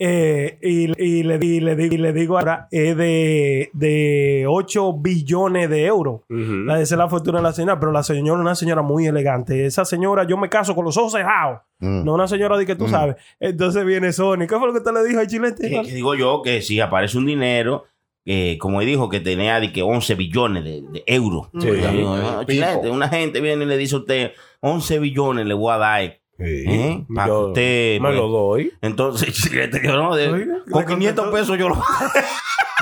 S6: Eh, y, y le, y le di- y le digo ahora es de, de 8 billones de euros. La de ser la fortuna de la señora, pero la señora una señora muy elegante. Esa señora, yo me caso con los ojos cerrados.
S3: Mm.
S6: No una señora de que tú sabes. Entonces viene Sony. ¿Qué fue lo que usted le dijo al chilete?
S5: Eh,
S3: Eh,
S5: Que- que digo yo que si aparece un dinero, que como él dijo, que tenía de que 11 billones de, de euros. Digo, no, chilete, una gente viene y le dice a usted, 11 billones le voy a dar. ¿eh? Para que
S7: Yo
S5: usted.
S7: me
S5: pues,
S7: lo doy.
S5: Entonces, chilete, yo no, de-
S6: Oiga, le
S5: con 500
S6: contestó.
S5: pesos yo lo.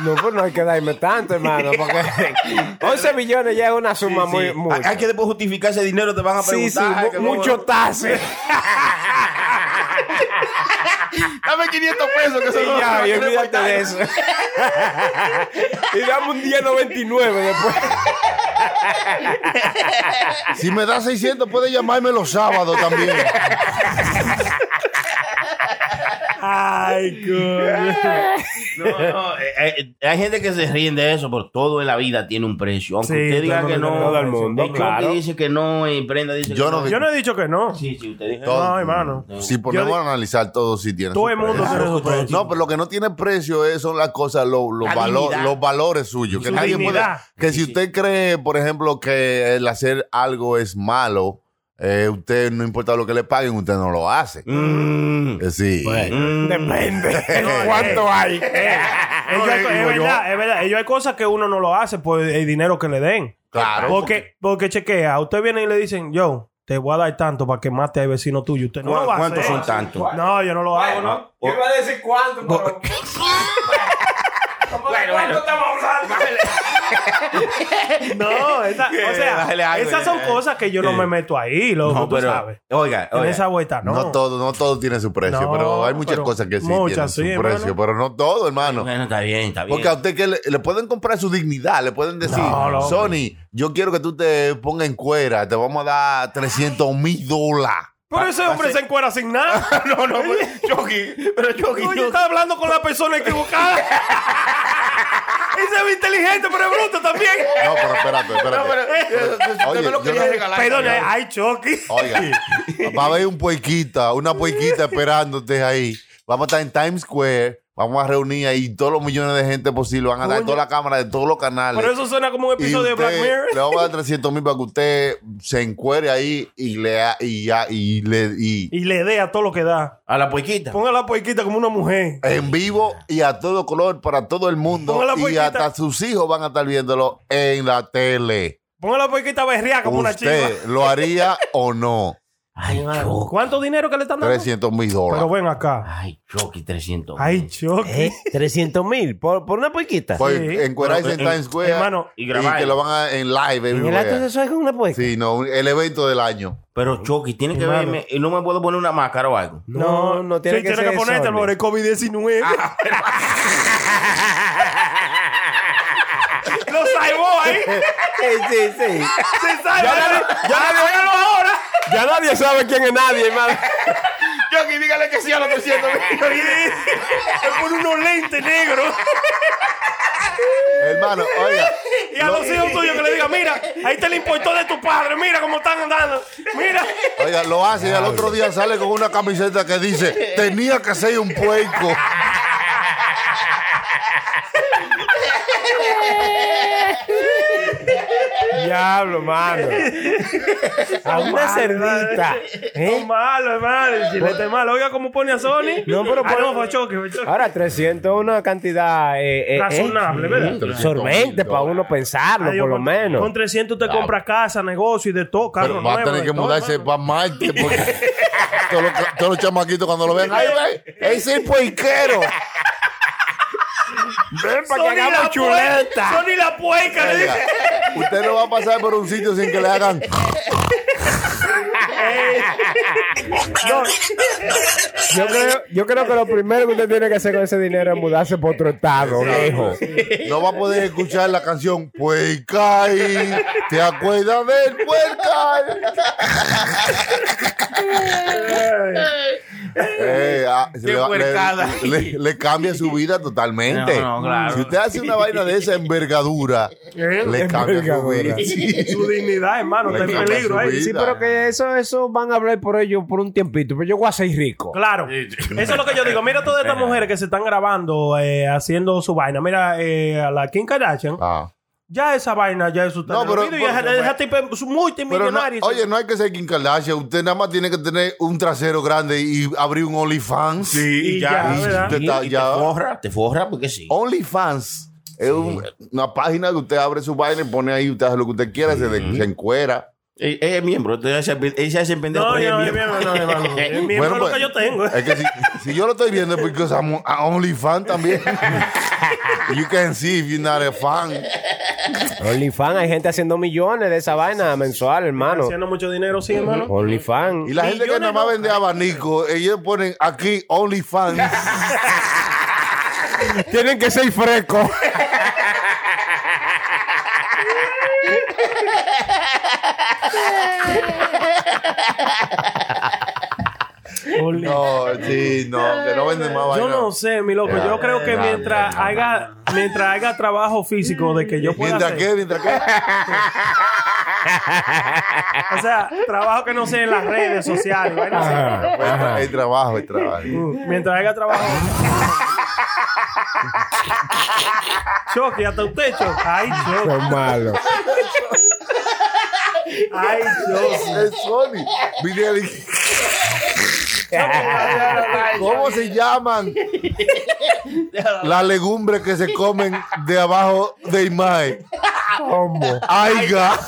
S7: No, pues no hay que darme tanto, hermano, porque 11 millones ya es una suma muy...
S5: Hay
S7: mucha.
S5: hay que después justificar ese dinero, te van a
S7: Sí, sí,
S5: preguntar. ay,
S7: mu-
S5: que cómo-
S7: mucho tase.
S3: Dame 500 pesos que
S7: Sí,
S3: se lo
S7: ya, y olvídate de eso. y dame un día 99 después.
S3: Si me da 600, puede llamarme los sábados también.
S6: Ay,
S5: No, no, eh, eh, hay gente que se ríe de eso, pero todo en la vida tiene un precio. Aunque
S6: Sí,
S5: usted diga
S6: todo
S5: que
S6: en la
S5: no.
S6: vida tiene un precio. Todo el mundo,
S5: el Chucky
S6: claro.
S5: dice que no, y Brenda dice
S3: Yo
S5: que
S3: no
S6: Yo no he dicho que no.
S5: Sí, sí, usted dijo.
S3: Todo.
S6: No, hermano.
S3: Si ponemos a analizar todo, sí tiene.
S6: Todo
S3: su
S6: el mundo
S3: precio.
S6: tiene su precio.
S3: No, Ah, pero lo que no tiene precio es, son las cosas, lo- los,
S5: La
S3: valo-
S5: dignidad.
S3: los valores suyos. Que,
S6: Su
S3: nadie puede,
S6: dignidad.
S3: que si usted cree, por ejemplo, que el hacer algo es malo, eh, usted no importa lo que le paguen, usted no lo hace.
S5: Mm,
S3: Eh, Sí.
S5: mm.
S7: ¿Cuánto hay?
S5: Eh,
S6: Ellos hay- Eh, es, verdad, es verdad. Ellos hay cosas que uno no lo hace por el dinero que le den.
S3: Claro.
S6: Porque, porque chequea, usted viene y le dicen, yo, te voy a dar tanto para que mate al vecino tuyo. Usted no lo va a
S5: ¿Cuántos
S6: hacer.
S5: son tantos?
S6: No, yo no lo hago, ¿no?
S7: Yo iba a decir cuánto, pero...
S5: Bueno, bueno.
S6: No, esa- o
S5: bájale
S6: sea,
S5: algo,
S6: esas son
S5: eh.
S6: cosas que yo no me meto ahí, loco,
S5: No,
S6: tú
S5: pero-
S6: sabes.
S5: Oiga,
S6: En
S5: oiga.
S6: esa vuelta, no.
S3: No. todo, no todo tiene su precio,
S6: No,
S3: pero hay muchas
S6: pero
S3: cosas que sí
S6: muchas,
S3: tienen
S6: sí,
S3: su precio,
S6: hermano.
S3: pero no todo, hermano.
S5: Bueno, está bien, está bien.
S3: Porque a usted que le, le pueden comprar su dignidad, le pueden decir,
S6: No, no.
S3: Sony, yo quiero que tú te pongas en cuera, te vamos a dar 300 mil dólares.
S6: Pero ese hombre se encuera sin nada.
S5: no, no, pero Chucky, pero Chucky,
S6: Oye, está hablando con la persona equivocada. Ese es inteligente, pero es bruto también.
S3: No, pero espérate, espérate.
S6: eh,
S3: Oye, yo no- Oh,
S6: Perdón, hay choque.
S3: Oiga, va a haber un puequita, una puequita esperándote ahí. Vamos a estar en Times Square, vamos a reunir ahí todos los millones de gente posible, van a dar
S6: Coño.
S3: toda la cámara de todos los canales.
S6: Pero eso suena como un
S3: Y
S6: episodio de
S3: usted-
S6: Black
S3: Le
S6: Mirror.
S3: vamos a dar 300 mil para que usted se encuere ahí y le... ha- Y, ya- y le y-
S6: Y le dé a todo lo que da.
S5: A la puequita.
S6: Ponga la poiquita como una mujer.
S3: en vivo y a todo color para todo el mundo.
S6: Ponga la
S3: Y
S6: puerquita.
S3: hasta sus hijos van a estar viéndolo en la tele.
S6: Ponga la poiquita berría como una chiva.
S3: ¿Usted lo haría o no?
S5: Ay, Chucky.
S6: ¿Cuánto dinero que le están dando?
S3: 300 mil
S6: Pero
S3: dólares.
S6: ven acá.
S5: Ay, Chucky, 300.
S6: Ay, choque.
S7: 300 ¿Eh? mil por, por una puerquita.
S3: Pues
S6: sí.
S3: encuerarse
S5: Bueno,
S3: en
S5: eh,
S3: Times Square
S6: hermano,
S5: y
S3: y,
S5: grabar.
S3: que lo van a en live.
S7: ¿En el
S3: everywhere.
S7: acto eso es con una puerca?
S3: Sí, no, un- el evento del año.
S5: Pero Chucky, tiene que
S6: Hermano.
S5: verme. y No me puedo poner una máscara o algo.
S7: No, no tiene
S6: sí,
S7: que ser Ah,
S6: que ponerte
S7: Sony.
S6: por el COVID-19. Lo salvó ahí.
S7: Sí, sí, sí.
S6: Se salva. Ah,
S7: Ya nadie, ya nadie- Ya nadie sabe quién es nadie, hermano.
S5: Chucky, dígale que sí a los 300
S6: Se pone unos lentes negros.
S3: Hermano, oiga.
S6: Y a los hijos tuyos que le diga, mira, ahí está el impostor de tu padre, mira cómo están andando. Mira.
S3: Oiga, lo hace y al otro día sale con una camiseta que dice, tenía que ser un puerco.
S7: Diablo, mano. A una cerdita.
S6: Es
S7: ¿eh?
S6: malo, hermano. El chilete es malo. Oiga cómo pone a Sony.
S7: No, pero
S6: ah,
S7: pon-
S6: no, fue choque, fue choque.
S7: Ahora, 300 es una cantidad... Eh, eh, eh,
S6: Razonable, ¿verdad?
S3: 300
S7: Absorbente
S3: mil
S7: para uno pensarlo,
S6: Adiós,
S7: por lo
S6: con-
S7: menos.
S6: Con 300 te compra casa, negocio y de todo, carro
S3: Pero va a
S6: nuevo,
S3: tener
S6: de
S3: que
S6: todo,
S3: mudarse
S6: hermano.
S3: para Marte porque todos los, todos los chamaquitos cuando lo ven, ¡ay, ay! ¡Ese es el puerquero!
S7: Ven para
S6: Sony la pueca, Sony la pueca, le
S3: Oiga,
S6: dice.
S3: Usted no va a pasar por un sitio sin que le hagan...
S7: Yo creo, yo creo que lo primero que usted tiene que hacer con ese dinero es mudarse por otro estado, lejos.
S3: No va a poder escuchar la canción Puercay. ¿Te acuerdas del Puercay? Eh, ah, se
S5: Qué
S3: le, va- le-
S5: puercada.
S3: le- le cambia su vida totalmente.
S5: No, no, claro.
S3: Si usted hace una vaina de esa envergadura, le cambia su
S7: Envergadura.
S3: vida.
S6: Su dignidad, hermano,
S3: Le
S6: está en
S3: cambia
S6: peligro eh,
S3: su
S6: ahí.
S3: vida.
S7: Sí, pero que eso, eso van a hablar por ellos por un tiempito. Pero yo voy a ser rico.
S6: Claro. Eso es lo que yo digo. Mira todas estas mujeres que se están grabando eh, haciendo su vaina. Mira eh, a la Kim Kardashian.
S3: Ah.
S6: Ya esa vaina ya es su
S3: No, pero-
S6: y esa,
S3: pero-
S6: esa tipa es
S3: Pero no-
S6: multimillonaria.
S3: oye, no hay que ser Kim Kardashian. Usted nada más tiene que tener un trasero grande y abrir un OnlyFans.
S6: Y ya,
S3: Y
S6: ¿verdad?
S3: usted
S5: Y,
S3: está-
S5: y
S3: ya-
S5: te forra, te forra porque sí.
S3: OnlyFans es un- una página que usted abre su vaina y pone ahí, usted hace lo que usted quiera, se, de- se encuera.
S5: Eh, eh, miembro, entonces ella se- ella se pendejo.
S6: No,
S5: pero
S6: no,
S5: ella
S6: es miembro, no, hermano. Es miembro
S3: Bueno,
S6: es
S3: pues,
S6: lo que yo tengo.
S3: Es que si, si yo lo estoy viendo es porque usamos a OnlyFans también. you can see if you're not a fan.
S7: OnlyFans, hay gente haciendo millones de esa vaina mensual, hermano.
S6: Haciendo mucho dinero, sí, hermano.
S7: OnlyFans.
S3: Y la gente que
S6: Millones
S3: nada más
S6: no.
S3: vende abanico, ellos ponen aquí OnlyFans.
S7: Tienen que ser frescos.
S3: No, sí, no, que no venden más
S6: Yo
S3: vaina.
S6: no sé, mi loco. Yo creo que mientras haga, mientras haga trabajo físico de que yo pueda
S3: Mientras
S6: hacer-
S3: que, mientras que.
S6: O sea, trabajo que no sea en las redes sociales. vainas así.
S3: Hay trabajo, hay trabajo.
S6: Mm, Mientras haga trabajo. Choque, hasta usted choque. Ay, choque.
S7: Son malos.
S6: Ay, choque.
S3: Es Sony. Mira, ¿Cómo se llaman las legumbres que se comen de abajo de Imai? ¿Cómo? Aiga.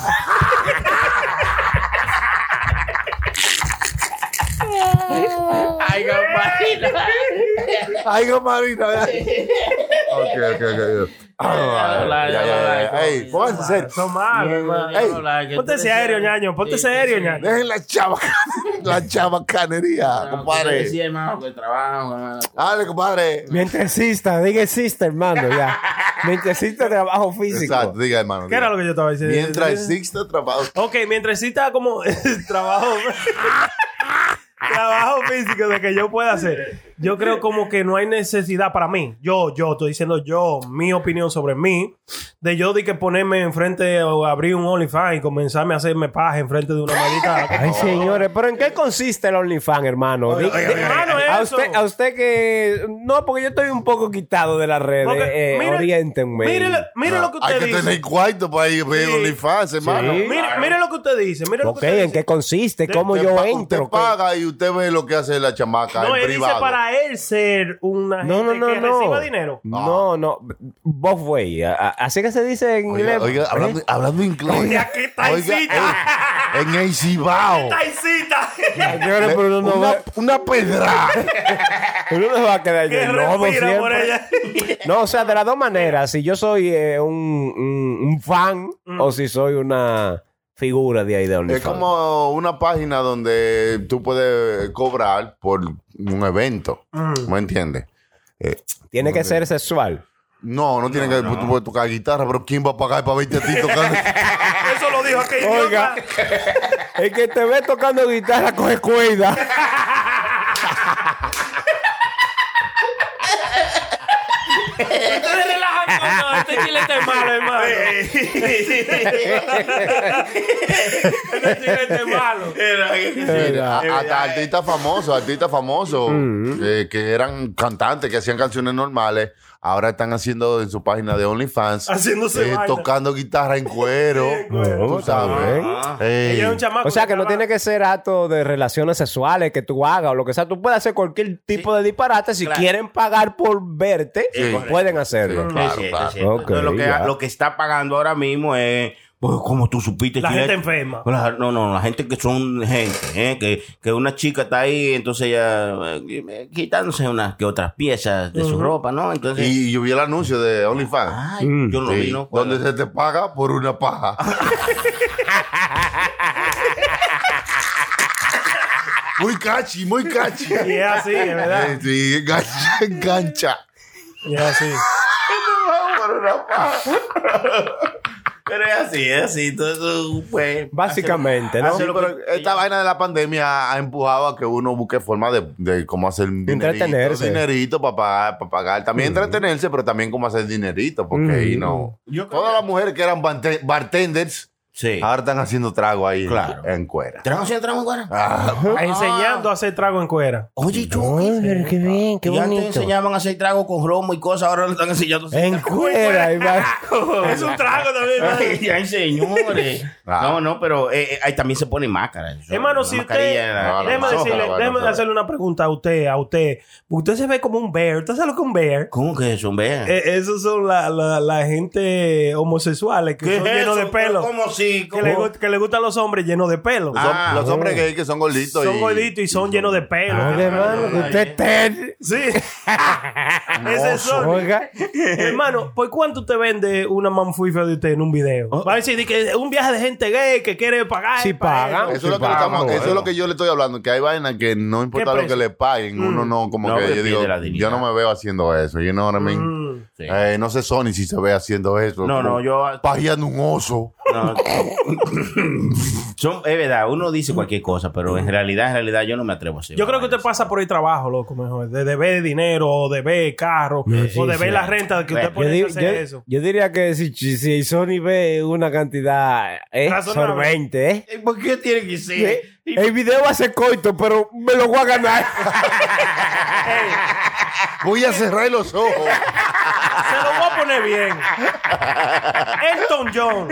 S3: Aiga Marina. Aiga Marina. Ok, ok, ok. Ah, ya, ya, ya, ya. Ey, pónganse serios.
S6: Son malos, hermano.
S3: Ey,
S6: Ponte serio, ñaño. Ponte serio, ñaño.
S3: Dejen la chava, la chavacanería, compadre.
S5: Sí, hermano, que trabajo, hermano.
S3: Dale, compadre.
S7: Mientras exista, diga exista, hermano, ya. Mientras exista trabajo físico.
S3: Exacto, diga, hermano.
S6: ¿Qué
S3: diga.
S6: era lo que yo estaba diciendo?
S3: Mientras exista trabajo.
S6: Ok, mientras está como trabajo. trabajo físico de que yo pueda hacer. Yo creo como que no hay necesidad para mí. Yo, yo, estoy diciendo yo, mi opinión sobre mí. De yo de que ponerme enfrente o abrir un OnlyFans y comenzarme a hacerme paja enfrente de una maldita.
S7: Ay, señores, pero ¿en qué consiste el OnlyFans, hermano? Di- di-
S6: hermano,
S7: a,
S6: eso.
S7: usted, a usted que. No, porque yo estoy un poco quitado de las redes.
S6: Porque
S7: eh,
S6: mire-
S7: oriéntenme.
S6: Mire, lo- mire lo que
S3: Hay
S6: usted
S3: que tener
S6: dice.
S3: cuarto para ir a ver
S6: Sí.
S3: OnlyFans, hermano.
S7: Sí.
S6: Mire, mire lo que usted dice. Mire lo que
S7: Ok,
S6: usted
S7: ¿en
S6: dice.
S7: qué consiste? ¿Cómo
S3: Usted
S7: yo
S3: pa-
S7: entro?
S3: Usted paga y usted ve lo que hace la chamaca
S6: No,
S3: en
S6: él
S3: privado.
S6: dice para él ser una gente
S7: No, no, no,
S6: que reciba
S7: no.
S6: dinero.
S7: No, no. Both way. A- a- Así que se dice en
S3: Oiga,
S7: inglés.
S3: oiga,
S7: ¿Eh?
S3: hablando, hablando inglés.
S6: Oiga, qué taicita.
S3: ey, en el Cibao.
S6: ¡Taicita!
S7: Ah, Señores, pero uno no
S3: una,
S7: va-
S3: una pedra.
S7: uno no va a quedar
S6: que
S7: de lodo
S6: respira por
S7: siempre.
S6: ella.
S7: No, o sea, de las dos maneras. Si yo soy eh, un, un- un fan
S6: Mm.
S7: o si soy una figura de ahí de
S3: es
S7: OnlyFans.
S3: como una página donde tú puedes cobrar por un evento.
S6: Mm.
S3: ¿Me entiendes? Eh,
S7: Tiene que ser sexual.
S3: No, no tiene que tú puedes tocar guitarra, pero ¿quién va a pagar para verte a ti tocando?
S6: Eso lo dijo aquel
S7: Oiga.
S6: idiota.
S7: El que te ve tocando guitarra coge cuida.
S6: Ustedes relajan con todo. Este chilete es malo, hermano. este chilete es malo.
S3: Eh, A-
S7: Era.
S3: hasta artistas famosos, artistas famosos eh, que eran cantantes, que hacían canciones normales, ahora están haciendo en su página de OnlyFans, eh,
S6: Haciéndose vaina.
S3: tocando guitarra en cuero, tú sabes. Ah. Ey.
S6: Ella es un chamaco.
S7: O sea, que no
S6: estaba-
S7: tiene que ser acto de relaciones sexuales que tú hagas o lo que sea. Tú puedes hacer cualquier tipo de disparate. Si
S5: Claro.
S7: quieren pagar por verte,
S3: Sí.
S7: pueden hacerlo.
S3: Sí.
S5: Es
S3: Claro,
S5: cierto,
S3: claro.
S5: es cierto.
S7: Ok,
S5: Entonces, lo, que,
S7: ya.
S5: lo que está pagando ahora mismo es. Pues como tú supiste,
S6: La
S5: Chile-
S6: gente enferma.
S5: Claro, no, no, la gente que son gente, ¿eh? que, que una chica está ahí, entonces ella eh, quitándose unas que otras piezas de su ropa, ¿no? Entonces,
S3: Y yo vi el anuncio de OnlyFans.
S5: ay,
S7: Mm,
S5: yo no
S3: Sí,
S5: Ah, vi, ¿no?
S3: donde se te paga por una paja. muy cachi, muy cachi.
S6: Y es así, es verdad.
S3: Eh, Sí, engancha, engancha.
S6: Y es así.
S5: Pero es así, es así, entonces, pues.
S7: Básicamente, ¿no?
S5: Hace
S3: Ah, Sí,
S5: lo
S3: pero
S5: que-
S3: esta vaina de la pandemia ha empujado a que uno busque forma de, de cómo hacer un dinerito,
S7: Entretenerse.
S3: dinerito para pagar, para pagar. También entretenerse, pero también cómo hacer dinerito, porque ahí no. Todas las mujeres que eran barte- bartenders
S5: Sí.
S3: ahora están haciendo trago ahí en-
S5: Claro.
S3: en Ah. cuera.
S5: Ah, ¿Tenemos si entramos ahora?
S7: Ah.
S6: Enseñando a hacer trago en cuera.
S5: Oye, yo.
S7: pero qué bien,
S5: ya te enseñaban a hacer trago con romo y cosas, ahora lo están enseñando. a hacer
S7: En cuera, Iván.
S6: Es un trago también, hermano.
S5: Ay, ay, señores.
S3: Ah.
S5: No, no, pero eh, eh, ahí también se ponen máscaras. Yo-
S6: Hermano,
S5: la
S6: si usted. Ah.
S5: mascarilla en la-
S3: No, no,
S6: déjeme
S3: no,
S6: decirle-
S3: no, no,
S6: déjeme
S3: no, no.
S6: hacerle una pregunta a usted, a usted. Porque usted se ve como un bear. ¿Usted sabe lo que es un bear?
S5: ¿Cómo que eso, vea?
S6: Eh, esos son la, la, la gente homosexuales que son
S5: es
S6: llenos
S5: eso?
S6: de pelo.
S5: ¿Cómo si gorditos.
S6: que, le, gu- que le gustan los hombres llenos de pelo.
S3: Los, hom-
S9: Ah,
S3: los hombres gay que son gorditos.
S6: son
S3: y-
S6: gorditos y son llenos de pelo.
S7: hermano, que usted es Ted.
S6: Sí. Ese es Sony.
S7: Oiga.
S6: Hermano, ¿por cuánto te vende una manfuifa de usted en un video?
S5: Oh.
S6: Va a decir de que es un viaje de gente gay que quiere pagar.
S7: Si
S6: para
S7: pagan.
S3: Eso, es lo que le estamos- eso
S5: eh.
S3: es lo que yo le estoy hablando, que hay vainas que no importa
S6: ¿Qué
S3: lo que
S6: precio?
S3: le paguen, uno no, como
S5: No,
S3: que
S5: pero
S3: yo digo,
S5: pierde la dignidad.
S3: yo no me veo haciendo eso, you know what I mean?
S6: Mm.
S5: Sí.
S3: Eh, no sé Sony si se ve haciendo eso.
S5: No, no, yo.
S3: Pajeando un oso.
S5: no. Son, es verdad, uno dice cualquier cosa, pero en realidad, en realidad, yo no me atrevo a hacer.
S6: Yo creo que usted pasa por el trabajo, loco, mejor. De deber dinero, o de ver carro, o de ver la renta que usted
S5: Bueno,
S6: pone
S7: Yo, di-
S6: a hacer
S7: yo-
S6: eso.
S7: yo diría que si, si Sony ve una cantidad eh,
S6: Razonable.
S7: sorbente, ¿eh?
S5: ¿Por qué tiene que ser?
S7: El video va a ser corto, pero me lo voy a ganar.
S9: Voy a cerrar los ojos.
S6: Se lo voy a poner bien. Elton John.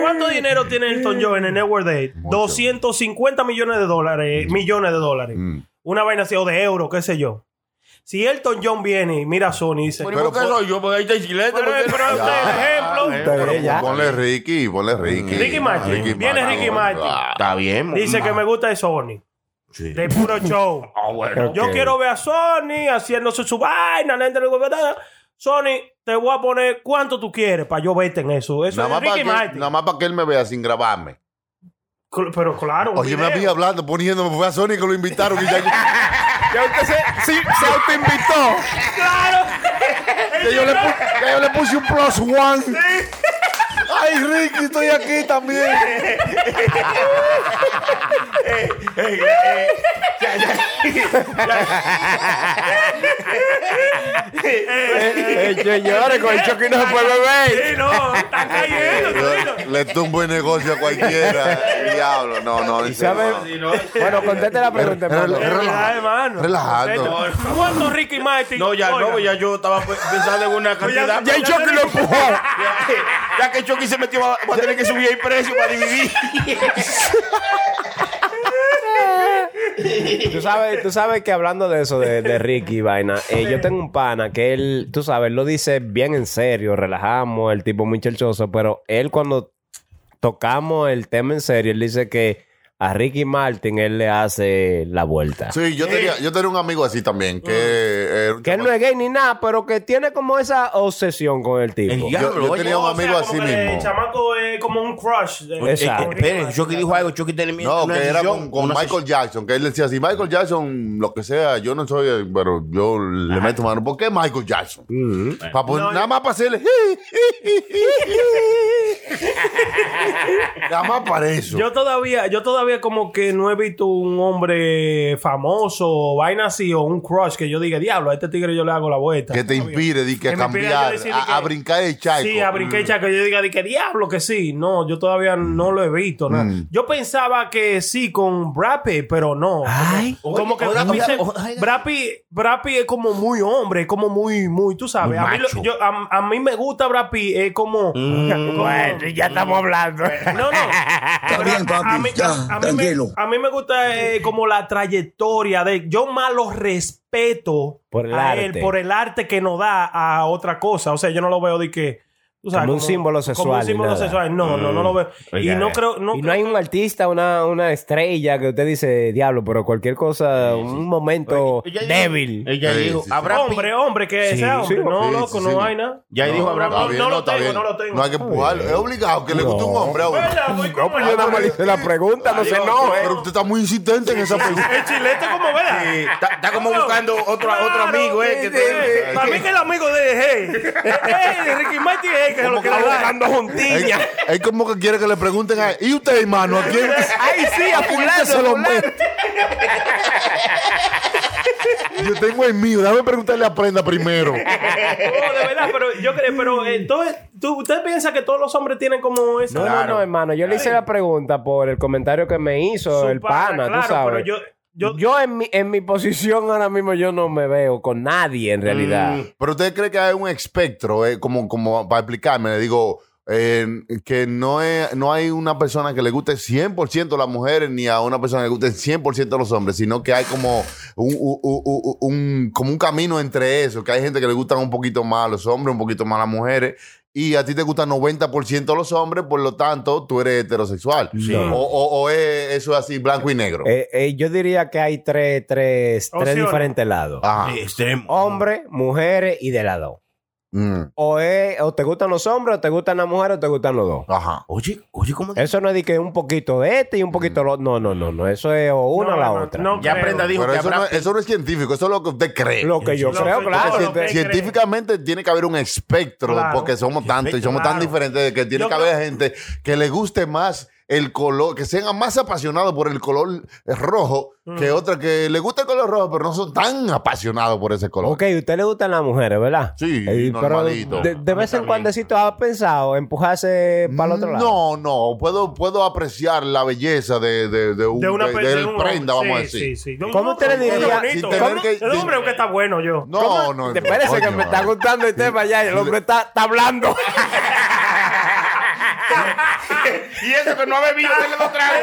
S6: ¿Cuánto dinero tiene Elton John en el Network Day? 250 millones de dólares. eh, Millones de dólares.
S3: Mm.
S6: Una vaina así, o de euros, qué sé yo. Si Elton John viene y mira a Sony y dice...
S9: Pero por-
S10: soy yo? Porque ahí está el chilete.
S6: Pero,
S10: porque-
S6: pero usted, por ejemplo,
S3: Pero
S7: ya.
S3: ponle Ricky, ponle Ricky. Ah.
S6: Ricky Martin. Viene Ricky Martin.
S5: Está bien.
S6: dice que me gusta de Sony.
S5: Sí.
S6: De puro show.
S5: Ah, bueno.
S6: Yo quiero ver a Sony haciéndose su vaina. la gente le dice, "Ah, Sony, te voy a poner cuánto tú quieres para yo verte en eso. Eso
S3: Nada más,
S6: es Ricky
S3: para que,
S6: Martin.
S3: nada más para que él me vea sin grabarme.
S6: Cl- Pero claro, un
S9: Oye, me
S6: video.
S9: había hablando, poniéndome, fue a Sony que lo invitaron y ya
S7: Ya usted se, sí, se autoinvitó.
S9: ya yo, le pu- ya yo le puse un plus one. Ay, Ricky, estoy aquí también.
S7: Eh, Señores, con el choque no se puede beber.
S6: Sí, no, está cayendo. tranquilo.
S3: Le, le tumbo el negocio a cualquiera. Diablo, no, no. en serio,
S7: ¿Sabe?
S3: no.
S7: Bueno, conteste la pregunta, hermano.
S6: Es verdad, hermano.
S3: Relajando.
S6: Perfecto. ¿Cuánto Ricky Martin?
S10: No, ya
S6: Oiga,
S10: no, ya yo estaba pe- pensando en una cantidad.
S7: Ya el choque lo empujó.
S10: Ya- Ya que Chucky se metió, va va a tener que subir el precio para dividir.
S7: Tú sabes, tú sabes que hablando de eso, de, de Ricky y vaina, eh, yo tengo un pana que él, tú sabes, él lo dice bien en serio, relajamos, el tipo muy chelchoso, pero él cuando tocamos el tema en serio, él dice que a Ricky Martin él le hace la vuelta.
S3: Sí, yo tenía, yo tenía un amigo así también, que eh, era un
S7: Que él no es gay ni nada, pero que tiene como esa obsesión con el tipo.
S5: El
S3: Yo-
S5: diablo,
S3: yo
S5: oye.
S3: tenía un
S6: o sea,
S3: amigo
S6: como
S3: así
S6: que El
S3: mismo.
S6: chamaco es como un crush. de-
S5: Oye,
S7: Exacto.
S5: eh, esperen, Chucky dijo algo, Chucky tiene miedo.
S3: No,
S5: una
S3: que era
S5: decisión,
S3: con, con
S5: una
S3: Michael Jackson, que él decía, si Michael Jackson, lo que sea, yo no soy, eh, pero yo le meto mano. ¿Por qué Michael Jackson? Pa' poner- nada más para hacerle... nada más para eso.
S6: Yo todavía, yo todavía como que no he visto un hombre famoso o vaina así o un crush que yo diga, diablo, a este tigre yo le hago la vuelta.
S3: que te impide di que
S6: Que
S3: a
S6: me impide yo
S3: cambiar,
S6: decir
S3: a,
S6: que-
S3: a brincar el chaico.
S6: Sí, a
S5: Mm.
S6: brinquecha que yo diga, de que diablo que sí. No, yo todavía no lo he visto. nada.
S5: Mm.
S6: Yo pensaba que sí con Brad Pitt, pero no.
S7: Ay.
S6: como como que Brad Pitt, se- Brad Pitt- Brad Pitt es como muy hombre, es como muy, muy, tú sabes.
S5: Muy
S6: a, mí lo-
S5: macho. Mm.
S6: yo- a- a mí me gusta Brad Pitt, es como... como-
S7: ya estamos hablando.
S6: No, no. Pero
S11: bien, papi,
S6: a mí-
S11: ya,
S6: a- a mí
S11: tranquilo.
S6: me- A mí me gusta eh, como la trayectoria de... Yo más lo respeto
S7: Por el
S6: a
S7: arte.
S6: él por el arte que nos da a otra cosa. O sea, yo no lo veo de que... tú sabes,
S7: Como un símbolo
S6: Como
S7: sexual
S6: un
S7: y
S6: símbolo
S7: nada. Mm.
S6: sexual. No, no, no lo veo.
S5: Oiga,
S6: y no
S5: eh.
S6: creo... No,
S7: y no
S6: creo-
S7: hay un artista, una, una estrella que usted dice, diablo, pero cualquier cosa, un momento
S5: Oye, oye,
S7: débil.
S5: Ella
S3: Sí,
S5: dijo,
S3: sí, sí.
S5: habrá
S6: Hombre, hombre, que
S7: Sí,
S6: sea hombre.
S7: sí,
S6: no,
S3: sí,
S6: loco,
S3: sí,
S6: no
S3: sí.
S6: hay nada.
S5: Ya dijo Abraham.
S3: está
S6: no,
S3: bien,
S6: no lo
S3: está
S6: tengo,
S3: bien.
S6: no lo tengo.
S3: No hay que empujarlo. Es obligado que le guste un hombre a uno.
S6: Bueno, voy como-
S7: Ah, Yo nada más le hice la pregunta, no se
S3: No,
S7: enoje.
S3: pero usted está muy insistente en esa pregunta.
S6: El chilete como, ¿verdad?
S10: Está está como buscando otro,
S6: Claro,
S10: otro amigo, eh. que
S6: sí, sí.
S10: te-
S6: Para mí que el amigo de hey, hey, Ricky Martin hey, que es lo que le da.
S3: Es, es como que quiere que le pregunten a ¿Y usted, hermano? ¿A quién?
S7: Ay, sí, a
S3: fulano, se lo mete? Yo tengo el mío. Déjame preguntarle a Prenda primero.
S6: Oh, de verdad, pero yo creo, pero eh, todo- tú, usted piensa que todos los hombres tienen como esa
S7: No, no, no, hermano. Yo le hice la pregunta por el comentario que me hizo
S6: su
S7: el pana,
S6: claro,
S7: tú sabes.
S6: pero yo, yo,
S7: yo en, mi, en mi posición ahora mismo yo no me veo con nadie en realidad.
S3: Pero usted cree que hay un espectro, eh, como, como para explicarme, le digo, eh, que no, es, no hay una persona que le guste 100% las mujeres ni a una persona que le guste 100% los hombres, sino que hay como un, u- u- u- un- como un camino entre eso, que hay gente que le gustan un poquito más a los hombres, un poquito más a las mujeres. y a ti te gusta 90% los hombres, por lo tanto, tú eres heterosexual.
S7: Sí.
S3: O, o- o es- eso es así, blanco y negro.
S7: Eh, eh, yo diría que hay tres, tres, tres
S3: Opciones.
S7: diferentes lados.
S3: Ajá.
S7: Hombres, mujeres y de lado.
S3: Mm.
S7: O, es, o te gustan los hombres, o te gustan las mujeres, o te gustan los dos.
S3: Ajá.
S5: Oye, oye, ¿cómo
S7: Eso no es de que un poquito de este y un poquito de lo No, no, no, no. Eso es o una o la otra.
S5: Ya Prenda dijo
S3: Pero
S5: que
S3: eso,
S5: habrá-
S3: no, es- eso no es científico, eso es lo que usted cree.
S7: Lo que yo
S3: Porque
S7: creo, claro.
S3: cien-
S7: lo que-
S3: científicamente tiene que haber un espectro,
S7: Claro.
S3: porque somos tantos y somos tan
S7: claro.
S3: diferentes que tiene
S7: Yo
S3: que
S7: creo-
S3: haber gente que le guste más el color, que sean más apasionados por el color rojo que otra que le gusta el color rojo, pero no son tan apasionados por ese color.
S7: Ok, a usted le gustan las mujeres, ¿verdad?
S3: Sí,
S7: pero
S3: normalito.
S7: de, de vez en cuando ha pensado empujarse para el otro lado.
S3: No, no, puedo, puedo apreciar la belleza de, de, de un,
S6: De una
S3: de-
S6: pe- de
S3: del
S6: un-
S3: prenda, vamos a
S6: sí,
S3: decir.
S6: sí, sí. De un-
S7: ¿Cómo usted le
S6: un hombre
S7: diría-
S6: bonito.
S7: sin tener que-
S6: El hombre que está bueno yo.
S3: No, no, no.
S7: Espérese que
S3: coño,
S7: me está gustando el tema ya. y El hombre está, está hablando.
S12: Y eso que no ha bebido, dele dos tragos.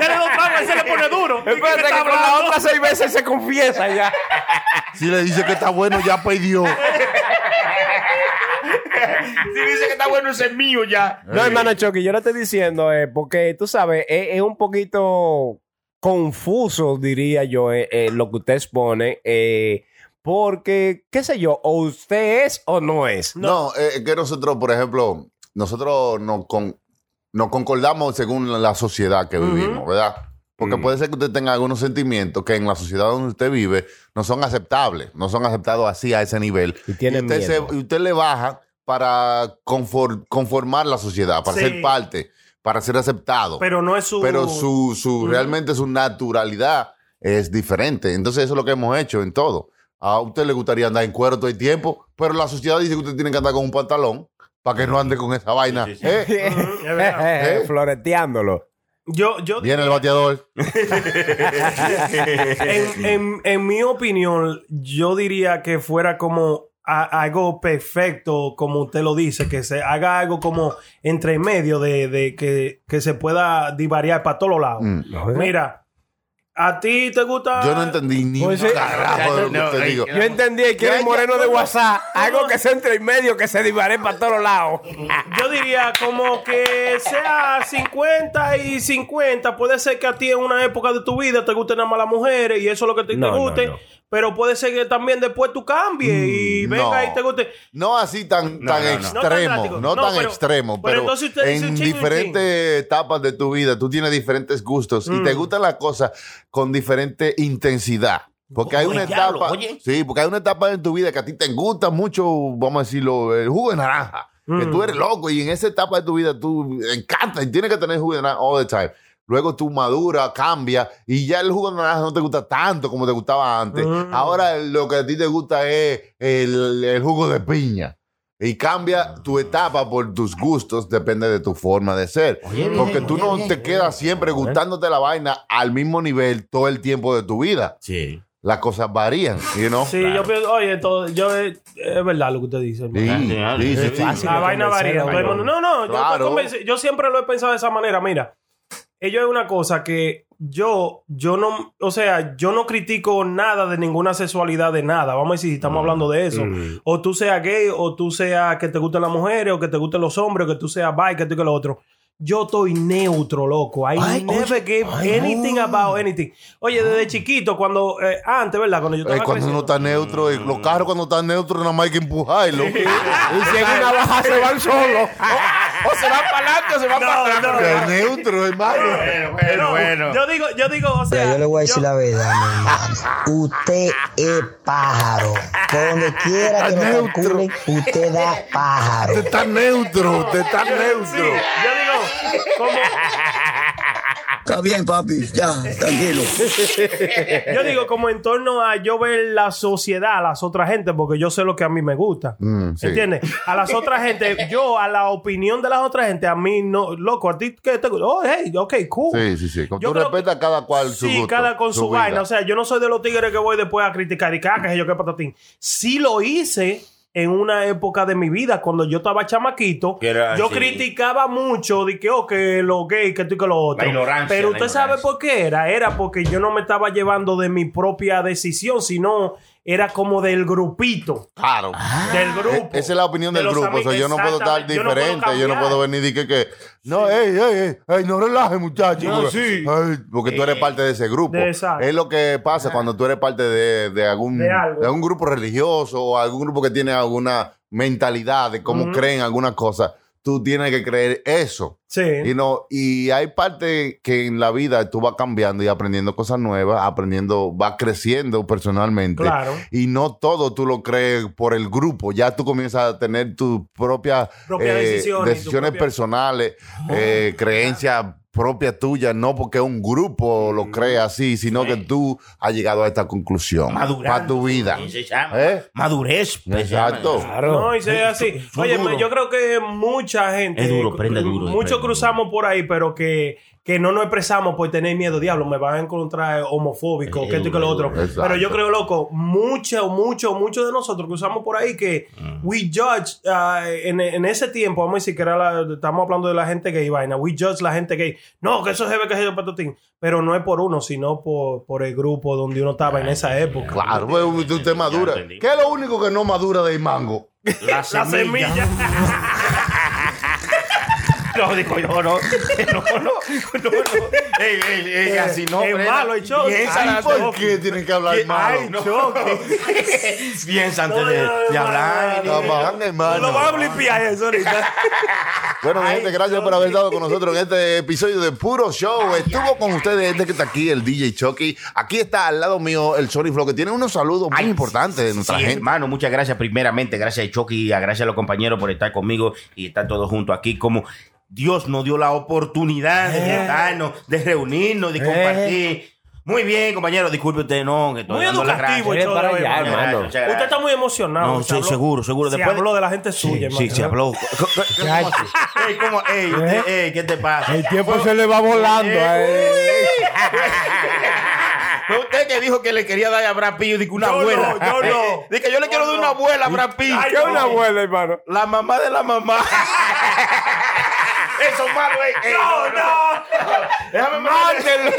S6: Dele dos tragos, ahí se le pone duro.
S7: Espérate que con la otra seis veces se confiesa ya.
S3: Si le dice que está bueno, ya pidió.
S12: Si dice que está bueno, ese es mío ya.
S7: No, hermano Chucky, yo lo estoy diciendo eh, porque tú sabes, es, es un poquito confuso, diría yo, eh, eh, lo que usted expone. eh, porque, qué sé yo, o usted es o no es.
S3: No, eh, que nosotros, por ejemplo, nosotros nos, con- nos concordamos según la sociedad que vivimos, ¿verdad? Porque puede ser que usted tenga algunos sentimientos que en la sociedad donde usted vive no son aceptables, no son aceptados así a ese nivel. Y,
S7: tiene
S3: usted,
S7: miedo.
S3: se- y usted le baja para confor- conformar la sociedad, para
S6: Sí.
S3: ser parte, para ser aceptado.
S6: Pero no es su.
S3: Pero su, su realmente su naturalidad es diferente. Entonces, eso es lo que hemos hecho en todo. A usted le gustaría andar en cuero todo el tiempo, pero la sociedad dice que usted tiene que andar con un pantalón para que no ande con esa vaina. ¿Eh?
S6: Ujú, es verdad.
S7: Floreteándolo.
S6: Yo, yo
S3: Viene el bateador.
S6: en, en- en mi opinión, yo diría que fuera como a- algo perfecto, como usted lo dice, que se haga algo como entre medio de, de que, que se pueda divariar para todos lados.
S7: eh.
S6: Mira, a ti te gusta.
S3: Mm. Yo no entendí ni
S7: Pues
S3: un
S7: sí.
S3: carajo de lo que
S12: Ah. No,
S3: usted
S12: eh,
S3: dijo.
S12: eh,
S7: Yo entendí que era el moreno de WhatsApp. Algo que se entre en medio, que se divare para todos lados.
S6: Yo diría como que sea 50 y 50. Puede ser que a ti en una época de tu vida te gusten nada más las mujeres y eso es lo que te, te
S7: No, no,
S6: guste.
S7: no.
S6: Pero puede ser que también después tú cambies y
S3: Mm,
S6: venga
S3: no.
S6: y te guste.
S3: No así tan, tan extremo,
S6: drástico.
S3: no,
S6: No,
S3: tan
S6: pero-
S3: extremo,
S6: pero
S3: pero,
S6: entonces usted dice
S3: en
S6: un chin, un
S3: diferentes etapas de tu vida tú tienes diferentes gustos y te gustan las cosas con diferente intensidad. Porque hay
S5: Oye,
S3: una
S5: diablo,
S3: etapa,
S5: oye.
S3: sí, porque hay una etapa en tu vida que a ti te gusta mucho, vamos a decirlo, el jugo de naranja, que tú eres loco y en esa etapa de tu vida tú encanta y tienes que tener jugo de naranja all the time. Luego tú madura, cambia y ya el jugo de naranja no te gusta tanto como te gustaba antes. Ahora
S6: Mm.
S3: lo que a ti te gusta es el, el jugo de piña. Y cambia tu etapa por tus gustos, depende de tu forma de ser. Porque tú no te quedas siempre gustándote la vaina al mismo nivel todo el tiempo de tu vida.
S5: Sí.
S3: Las cosas varían, you know?
S6: Sí, yo pienso, oye, todo, yo, eh, es verdad lo que usted dice. hermano.
S3: Sí, sí, sí, sí.
S6: La vaina varía. todo el mundo- No, no, yo, estoy
S3: Claro.
S6: convencido. yo siempre lo he pensado de esa manera. Mira, ello es una cosa que yo, yo no, o sea, yo no critico nada de ninguna sexualidad de nada. Vamos a decir,
S3: Mm.
S6: estamos hablando de eso. O tú seas gay, o tú seas que te gusten las mujeres, o que te gusten los hombres, o que tú seas bi, que tú que lo otro. Yo estoy neutro, loco. I never gave anything about anything. Oye, desde chiquito, cuando eh, antes, ¿verdad? Cuando yo
S3: Eh,
S6: estaba
S3: cuando uno
S6: creciendo.
S3: está neutro, y los carros cuando están neutros, nada más hay que empujarlo.
S7: Y si en una baja se van solos.
S12: O se va para adelante o se va para atrás.
S3: Que es neutro, hermano.
S12: Bueno, bueno, bueno.
S6: Yo digo, yo digo, o sea,
S13: Yo le voy a decir
S6: yo-
S13: la verdad, mi hermano. Usted es pájaro. Por donde quiera que lo
S3: neutro.
S13: calculen, usted da pájaro.
S3: Usted está neutro, usted está
S6: Sí,
S3: neutro.
S6: yo digo, como,
S14: Está bien, papi. Ya, tranquilo.
S6: yo digo como en torno a yo ver la sociedad, a las otras gente, porque yo sé lo que a mí me gusta.
S3: Mm, sí.
S6: ¿Entiendes? A las otras gente, yo a la opinión de las otras gente, a mí no, loco, a ti que te gusta, oh, hey, ok, cool.
S3: Sí, sí, sí. Pues Tú
S6: Yo creo
S3: respetas cada cual su
S6: Sí,
S3: gusto,
S6: cada con su,
S3: vida.
S6: vaina. O sea, yo no soy de los tigres que voy después a criticar y que, ah, que yo qué patatín. Sí lo hice en una época de mi vida, cuando yo estaba chamaquito.
S5: Que era
S6: yo
S5: así.
S6: criticaba mucho de que, oh, que lo gay, que tú y que lo otro.
S5: La ignorancia,
S6: Pero
S5: la
S6: usted sabe
S5: ignorancia.
S6: por qué era. Era porque yo no me estaba llevando de mi propia decisión, sino era como del grupito.
S3: Claro.
S6: Del grupo.
S3: E- esa es la opinión
S6: De
S3: del
S6: los
S3: grupo. O sea,
S6: amigos,
S3: yo no puedo estar
S6: exactamente. Yo no puedo
S3: diferente. Yo no
S6: cambiar.
S3: puedo venir y que. que no, ey, ey, ey, ey, no relajes, muchachos.
S6: No,
S3: porque,
S6: sí. Eh,
S3: ay, porque tú eres parte de ese grupo.
S6: de esa-
S3: Es lo que pasa cuando tú eres parte de, de algún,
S6: De algo.
S3: de algún grupo religioso o algún grupo que tiene alguna mentalidad de cómo
S6: Ujú.
S3: creen algunas cosas. Tú tienes que creer eso.
S6: Sí.
S3: Y, no, y hay parte que en la vida tú vas cambiando y aprendiendo cosas nuevas, aprendiendo, vas creciendo personalmente.
S6: Claro.
S3: Y no todo tú lo crees por el grupo. Ya tú comienzas a tener tus propias eh,
S6: Propias decisiones, tu
S3: decisiones
S6: propia-
S3: personales, eh, creencias propias tuyas, no porque un grupo lo cree así, sino que tú has llegado a esta conclusión. Para tu vida. ¿Eh?
S5: Madurez. pues, se llama.
S3: Exacto.
S6: No, y se ve así.
S5: son
S6: Oye,
S5: duros.
S6: pues, yo creo que mucha gente.
S5: Es duro, prenda duro,
S6: Muchos
S5: prenda
S6: cruzamos por ahí, pero que, que no nos expresamos por tener miedo. Diablo, me van a encontrar homofóbico, que esto y que lo otro.
S3: Exacto.
S6: Pero yo creo, loco, mucho, mucho, mucho de nosotros cruzamos por ahí que
S5: Mm.
S6: we judge ah, en, en ese tiempo, vamos a decir que era la- estamos hablando de la gente gay, vaina. We judge la gente gay. No, que eso se ve que es el patotín. Pero no es por uno, sino por, por el grupo donde uno estaba en esa época.
S3: Claro, pues, un- un tema dura.
S5: entendí.
S3: ¿Qué es lo único que no madura del mango?
S5: La semilla.
S15: No, digo yo, no. No, no, no. Ey, ey,
S6: Eh,
S15: ey, así no.
S6: Es
S15: Brenda.
S6: malo, el show.
S15: Bien
S3: Ay,
S15: sanante.
S3: ¿Por qué tienen que hablar malo?
S15: Ay, no. Bien sanante de, de hablar.
S3: No,
S5: Eh,
S3: man, hermano.
S6: a blipear eso ahorita.
S3: Bueno, mi gente, gracias por haber estado con nosotros en este episodio de Puro Show. Estuvo con ustedes este que está aquí, el DJ Chucky. Aquí está al lado mío el Sony Flow, que tiene unos saludos muy importantes de nuestra
S5: Sí,
S3: gente.
S5: hermano, muchas gracias primeramente, gracias a Chucky, a- gracias a los compañeros por estar conmigo y estar todos juntos aquí como Dios nos dio la oportunidad de
S6: Eh.
S5: juntarnos, de reunirnos, de compartir. Muy bien, compañero, disculpe usted, no, que estoy
S6: Muy
S5: dando la
S6: educativo
S5: gracia.
S6: el
S7: Eres
S6: show
S7: para
S6: de hoy,
S7: allá,
S6: hermano.
S7: hermano.
S5: Muchas gracias.
S6: Usted está muy emocionado.
S5: No,
S6: Se
S5: sí,
S6: habló-
S5: seguro, seguro.
S6: Se
S5: Después de-
S6: habló de la gente
S5: Sí,
S6: suya,
S5: sí,
S6: hermano. Eh.
S5: se habló. Ey, ¿cómo? Ey, usted, ey, ¿qué te pasa?
S7: El tiempo se le va volando. eh.
S15: Fue usted que dijo que le quería dar a Brad Pitt. Yo dije, una
S6: Yo no,
S15: abuela.
S6: yo no.
S15: Eh, Dije, yo le quiero dar una abuela a Brad Pitt.
S6: Ay,
S7: ¿Qué es una abuela, hermano?
S15: La mamá de la mamá. Eso es malo, eh. Ey,
S6: No, no.
S15: Déjame mandarle.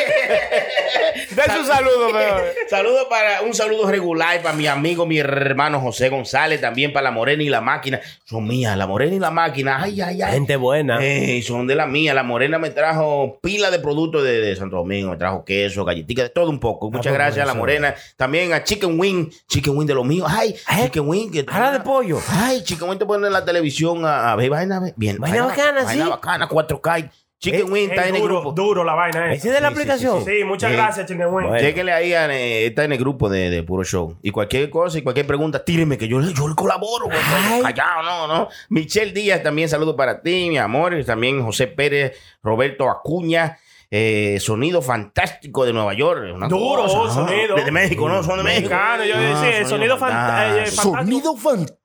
S7: De su saludo, pero.
S5: Saludo para un saludo regular para mi amigo, mi hermano José González, también para la Morena y la Máquina. Son mías, la Morena y la Máquina. Ay, ay, ay.
S7: Gente buena.
S5: Ey, son de la mía. La morena me trajo pila de productos de, de Santo Domingo. Me trajo queso, galletitas, de todo un poco. Muchas
S7: pues,
S5: gracias a la
S7: eso.
S5: morena. También a Chicken Wing. Chicken Wing de lo mío. Ay, Chicken Wing. Que
S7: Ala ¿Eh? de pollo.
S5: Ay, Chicken Wing te pone en la televisión a, a ver vaina. Bien,
S7: Vaina bacana,
S5: vaina
S7: sí. Eh,
S5: bacana, 4K. Chicken Wing está
S6: Ey,
S5: en el
S6: duro,
S5: grupo.
S6: duro la vaina, eh.
S7: ¿Ese de la
S5: Sí, sí,
S7: aplicación?
S6: Sí, muchas
S5: Sí.
S6: gracias, chingüengüen.
S7: Bueno.
S5: Chéquenle ahí, a- eh, está en el grupo de, de Puro Show. Y cualquier cosa y cualquier pregunta, tírenme que yo, le- yo le colaboro. güey. Callado, no, no. Michelle Díaz, también saludo para ti, mi amor. Y también José Pérez, Roberto Acuña. eh, sonido fantástico de Nueva York. Una
S6: Duro,
S5: ¿no?
S6: sonido.
S5: De, de México, no, son de México.
S6: Mexicano, yo
S5: Ah,
S6: decía, el sonido fanta- eh, fantástico.
S3: Sonido fantástico.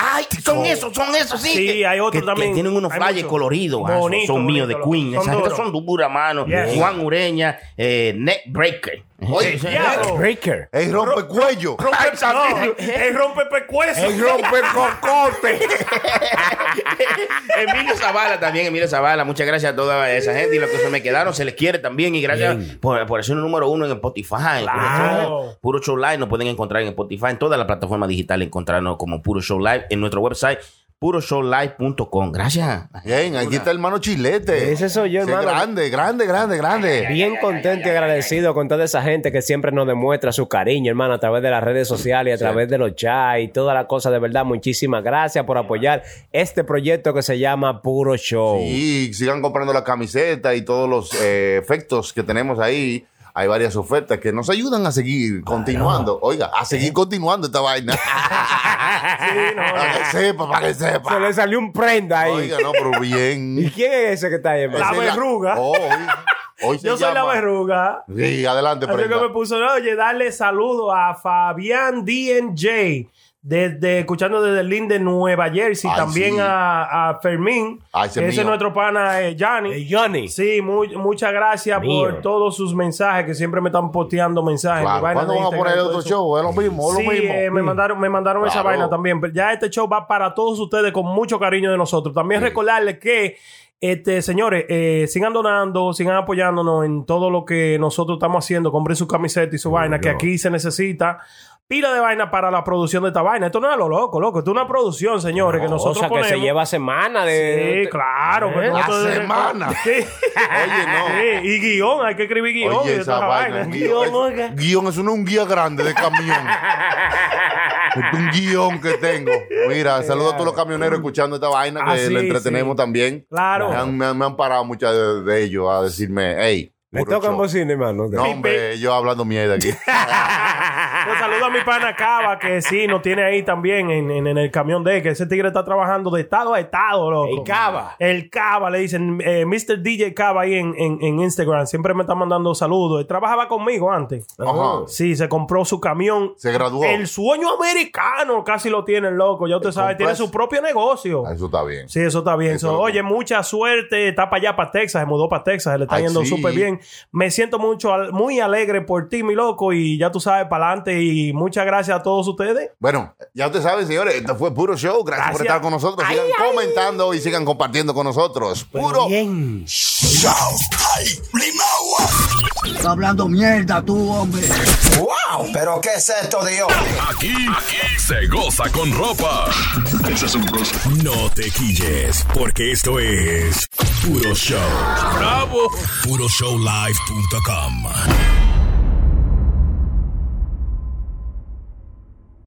S5: Ay, son esos, son esos, sí.
S6: Sí,
S5: que-
S6: hay otro
S5: que-
S6: también.
S5: que tienen unos
S6: Hay
S5: flyers
S6: mucho.
S5: coloridos. ah, son-
S6: Bonito,
S5: son míos de
S6: bonito,
S5: Queen.
S6: son
S5: Esas gente
S6: duros.
S5: son duras, mano.
S6: Yes.
S5: Juan Ureña, eh, Neck Breaker.
S3: Oye,
S5: Sí, sí.
S6: Diablo.
S7: Breaker.
S3: ¡Ey, rompe cuello!
S6: Rompe- no, es rompe pecuesos.
S3: rompe cocote!
S5: Emilio Zavala también, Emilio Zavala. Muchas gracias a toda esa gente y los que se me quedaron. Se les quiere también. Y gracias por, por ser el número uno en Spotify. Puro
S6: Claro.
S5: Show- Puro Show Live nos pueden encontrar en Spotify, en todas las plataformas digitales. Encontrarnos como Puro Show Live en nuestro website, puroshowlive.com. Gracias.
S3: Bien, aquí está el hermano Chilete.
S7: Ese soy yo,
S3: Ese
S7: hermano.
S3: grande, grande, grande, grande.
S7: Bien contento y agradecido con toda esa gente que siempre nos demuestra su cariño, hermano, a través de las redes sociales, y a través de los chats y toda la cosa. De verdad, muchísimas gracias por apoyar este proyecto que se llama Puro Show.
S3: Y sigan comprando la camiseta y todos los eh, efectos que tenemos ahí. Hay varias ofertas que nos ayudan a seguir continuando. Oiga, a
S7: Eh.
S3: seguir continuando esta vaina. para
S6: Ah.
S3: que sepa, para que
S7: Se
S3: sepa.
S7: le salió un prenda ahí.
S3: Oiga, no, pero bien.
S7: ¿Y quién es ese que está ahí, hermano?
S6: La
S3: Ese es
S6: verruga.
S3: Oh, hoy, hoy se
S6: Yo soy la
S3: llama-
S6: verruga.
S3: Sí, adelante,
S6: Así que
S3: prenda.
S6: me puso, no, oye, dale saludo a Fabián DNJ, desde, escuchando desde el link de Nueva Jersey,
S3: Ay,
S6: también
S3: sí.
S6: a, a Fermín,
S3: Ay, ese
S6: que ese
S3: mío.
S6: es nuestro pana eh, Gianni.
S7: Eh, Johnny.
S6: Sí, muy- muchas gracias
S7: Mío.
S6: por todos sus mensajes, que siempre me están posteando mensajes.
S3: Claro,
S6: mi vaina
S3: ¿Cuándo
S6: de
S3: vamos a
S6: Instagram,
S3: poner
S6: todo
S3: otro
S6: eso.
S3: show? Es lo mismo, es
S6: Sí,
S3: lo mismo.
S6: eh, me mandaron, me mandaron esa
S3: Claro.
S6: vaina también. Pero ya este show va para todos ustedes con mucho cariño de nosotros. También recordarles que, este, señores, eh, sigan donando, sigan apoyándonos en todo lo que nosotros estamos haciendo. Compren su camiseta y su vaina, que aquí se necesita pila de vaina para la producción de esta vaina. Esto no es a lo loco, loco. Esto es una producción, señores, que nosotros
S7: o sea, que
S6: ponemos.
S7: se lleva semana de...
S6: Sí, claro.
S7: ¿Eh?
S6: pero nosotros-
S7: La semana.
S6: Sí. Oye, no. y guión, hay que escribir guión.
S3: Oye,
S6: de
S3: esa
S6: esta
S3: vaina,
S6: vaina.
S3: guión,
S6: Guión, oiga.
S3: Guión, eso no es un guía grande de camión. es un guión que tengo. Mira, saludo a todos los camioneros escuchando esta vaina que
S6: Ah, sí,
S3: le entretenemos
S6: sí.
S3: también.
S6: Claro.
S3: Me han, me han- me han parado muchas de, de ellos a decirme, hey.
S7: Le tocan bocina, hermano.
S3: No, hombre, yo hablando mierda aquí.
S6: Pues saludo a mi pana Cava, que sí, nos tiene ahí también en, en- en el camión de que ese tigre está trabajando de estado a estado, loco.
S7: El Cava.
S6: El Cava, le dicen eh, Mr. DJ Cava ahí en, en- en Instagram. Siempre me está mandando saludos. Él trabajaba conmigo antes.
S3: Ajá.
S6: Sí, se compró su camión.
S3: Se graduó.
S6: El sueño americano casi lo tiene, el loco. Ya usted sabe, tiene su propio negocio.
S3: Ah, Eso está bien.
S6: Sí, eso está bien. So, oye, mucha suerte. Está para allá, para Texas. Se mudó para Texas. Se le está
S3: Ay,
S6: yendo
S3: sí.
S6: súper bien. Me siento mucho, al- muy alegre por ti, mi loco. Y ya tú sabes, para adelante. Y muchas gracias a todos ustedes.
S3: Bueno, ya ustedes saben, señores, esto fue puro show. Gracias, por estar con nosotros. Sigan comentando y sigan compartiendo con nosotros. Puro show.
S13: Está hablando mierda tú, hombre.
S16: ¡Wow! ¿Pero qué es esto, Dios?
S1: Aquí, aquí se goza con ropa. No te quilles, porque esto es puro show. Bravo. Puroshowlive.com.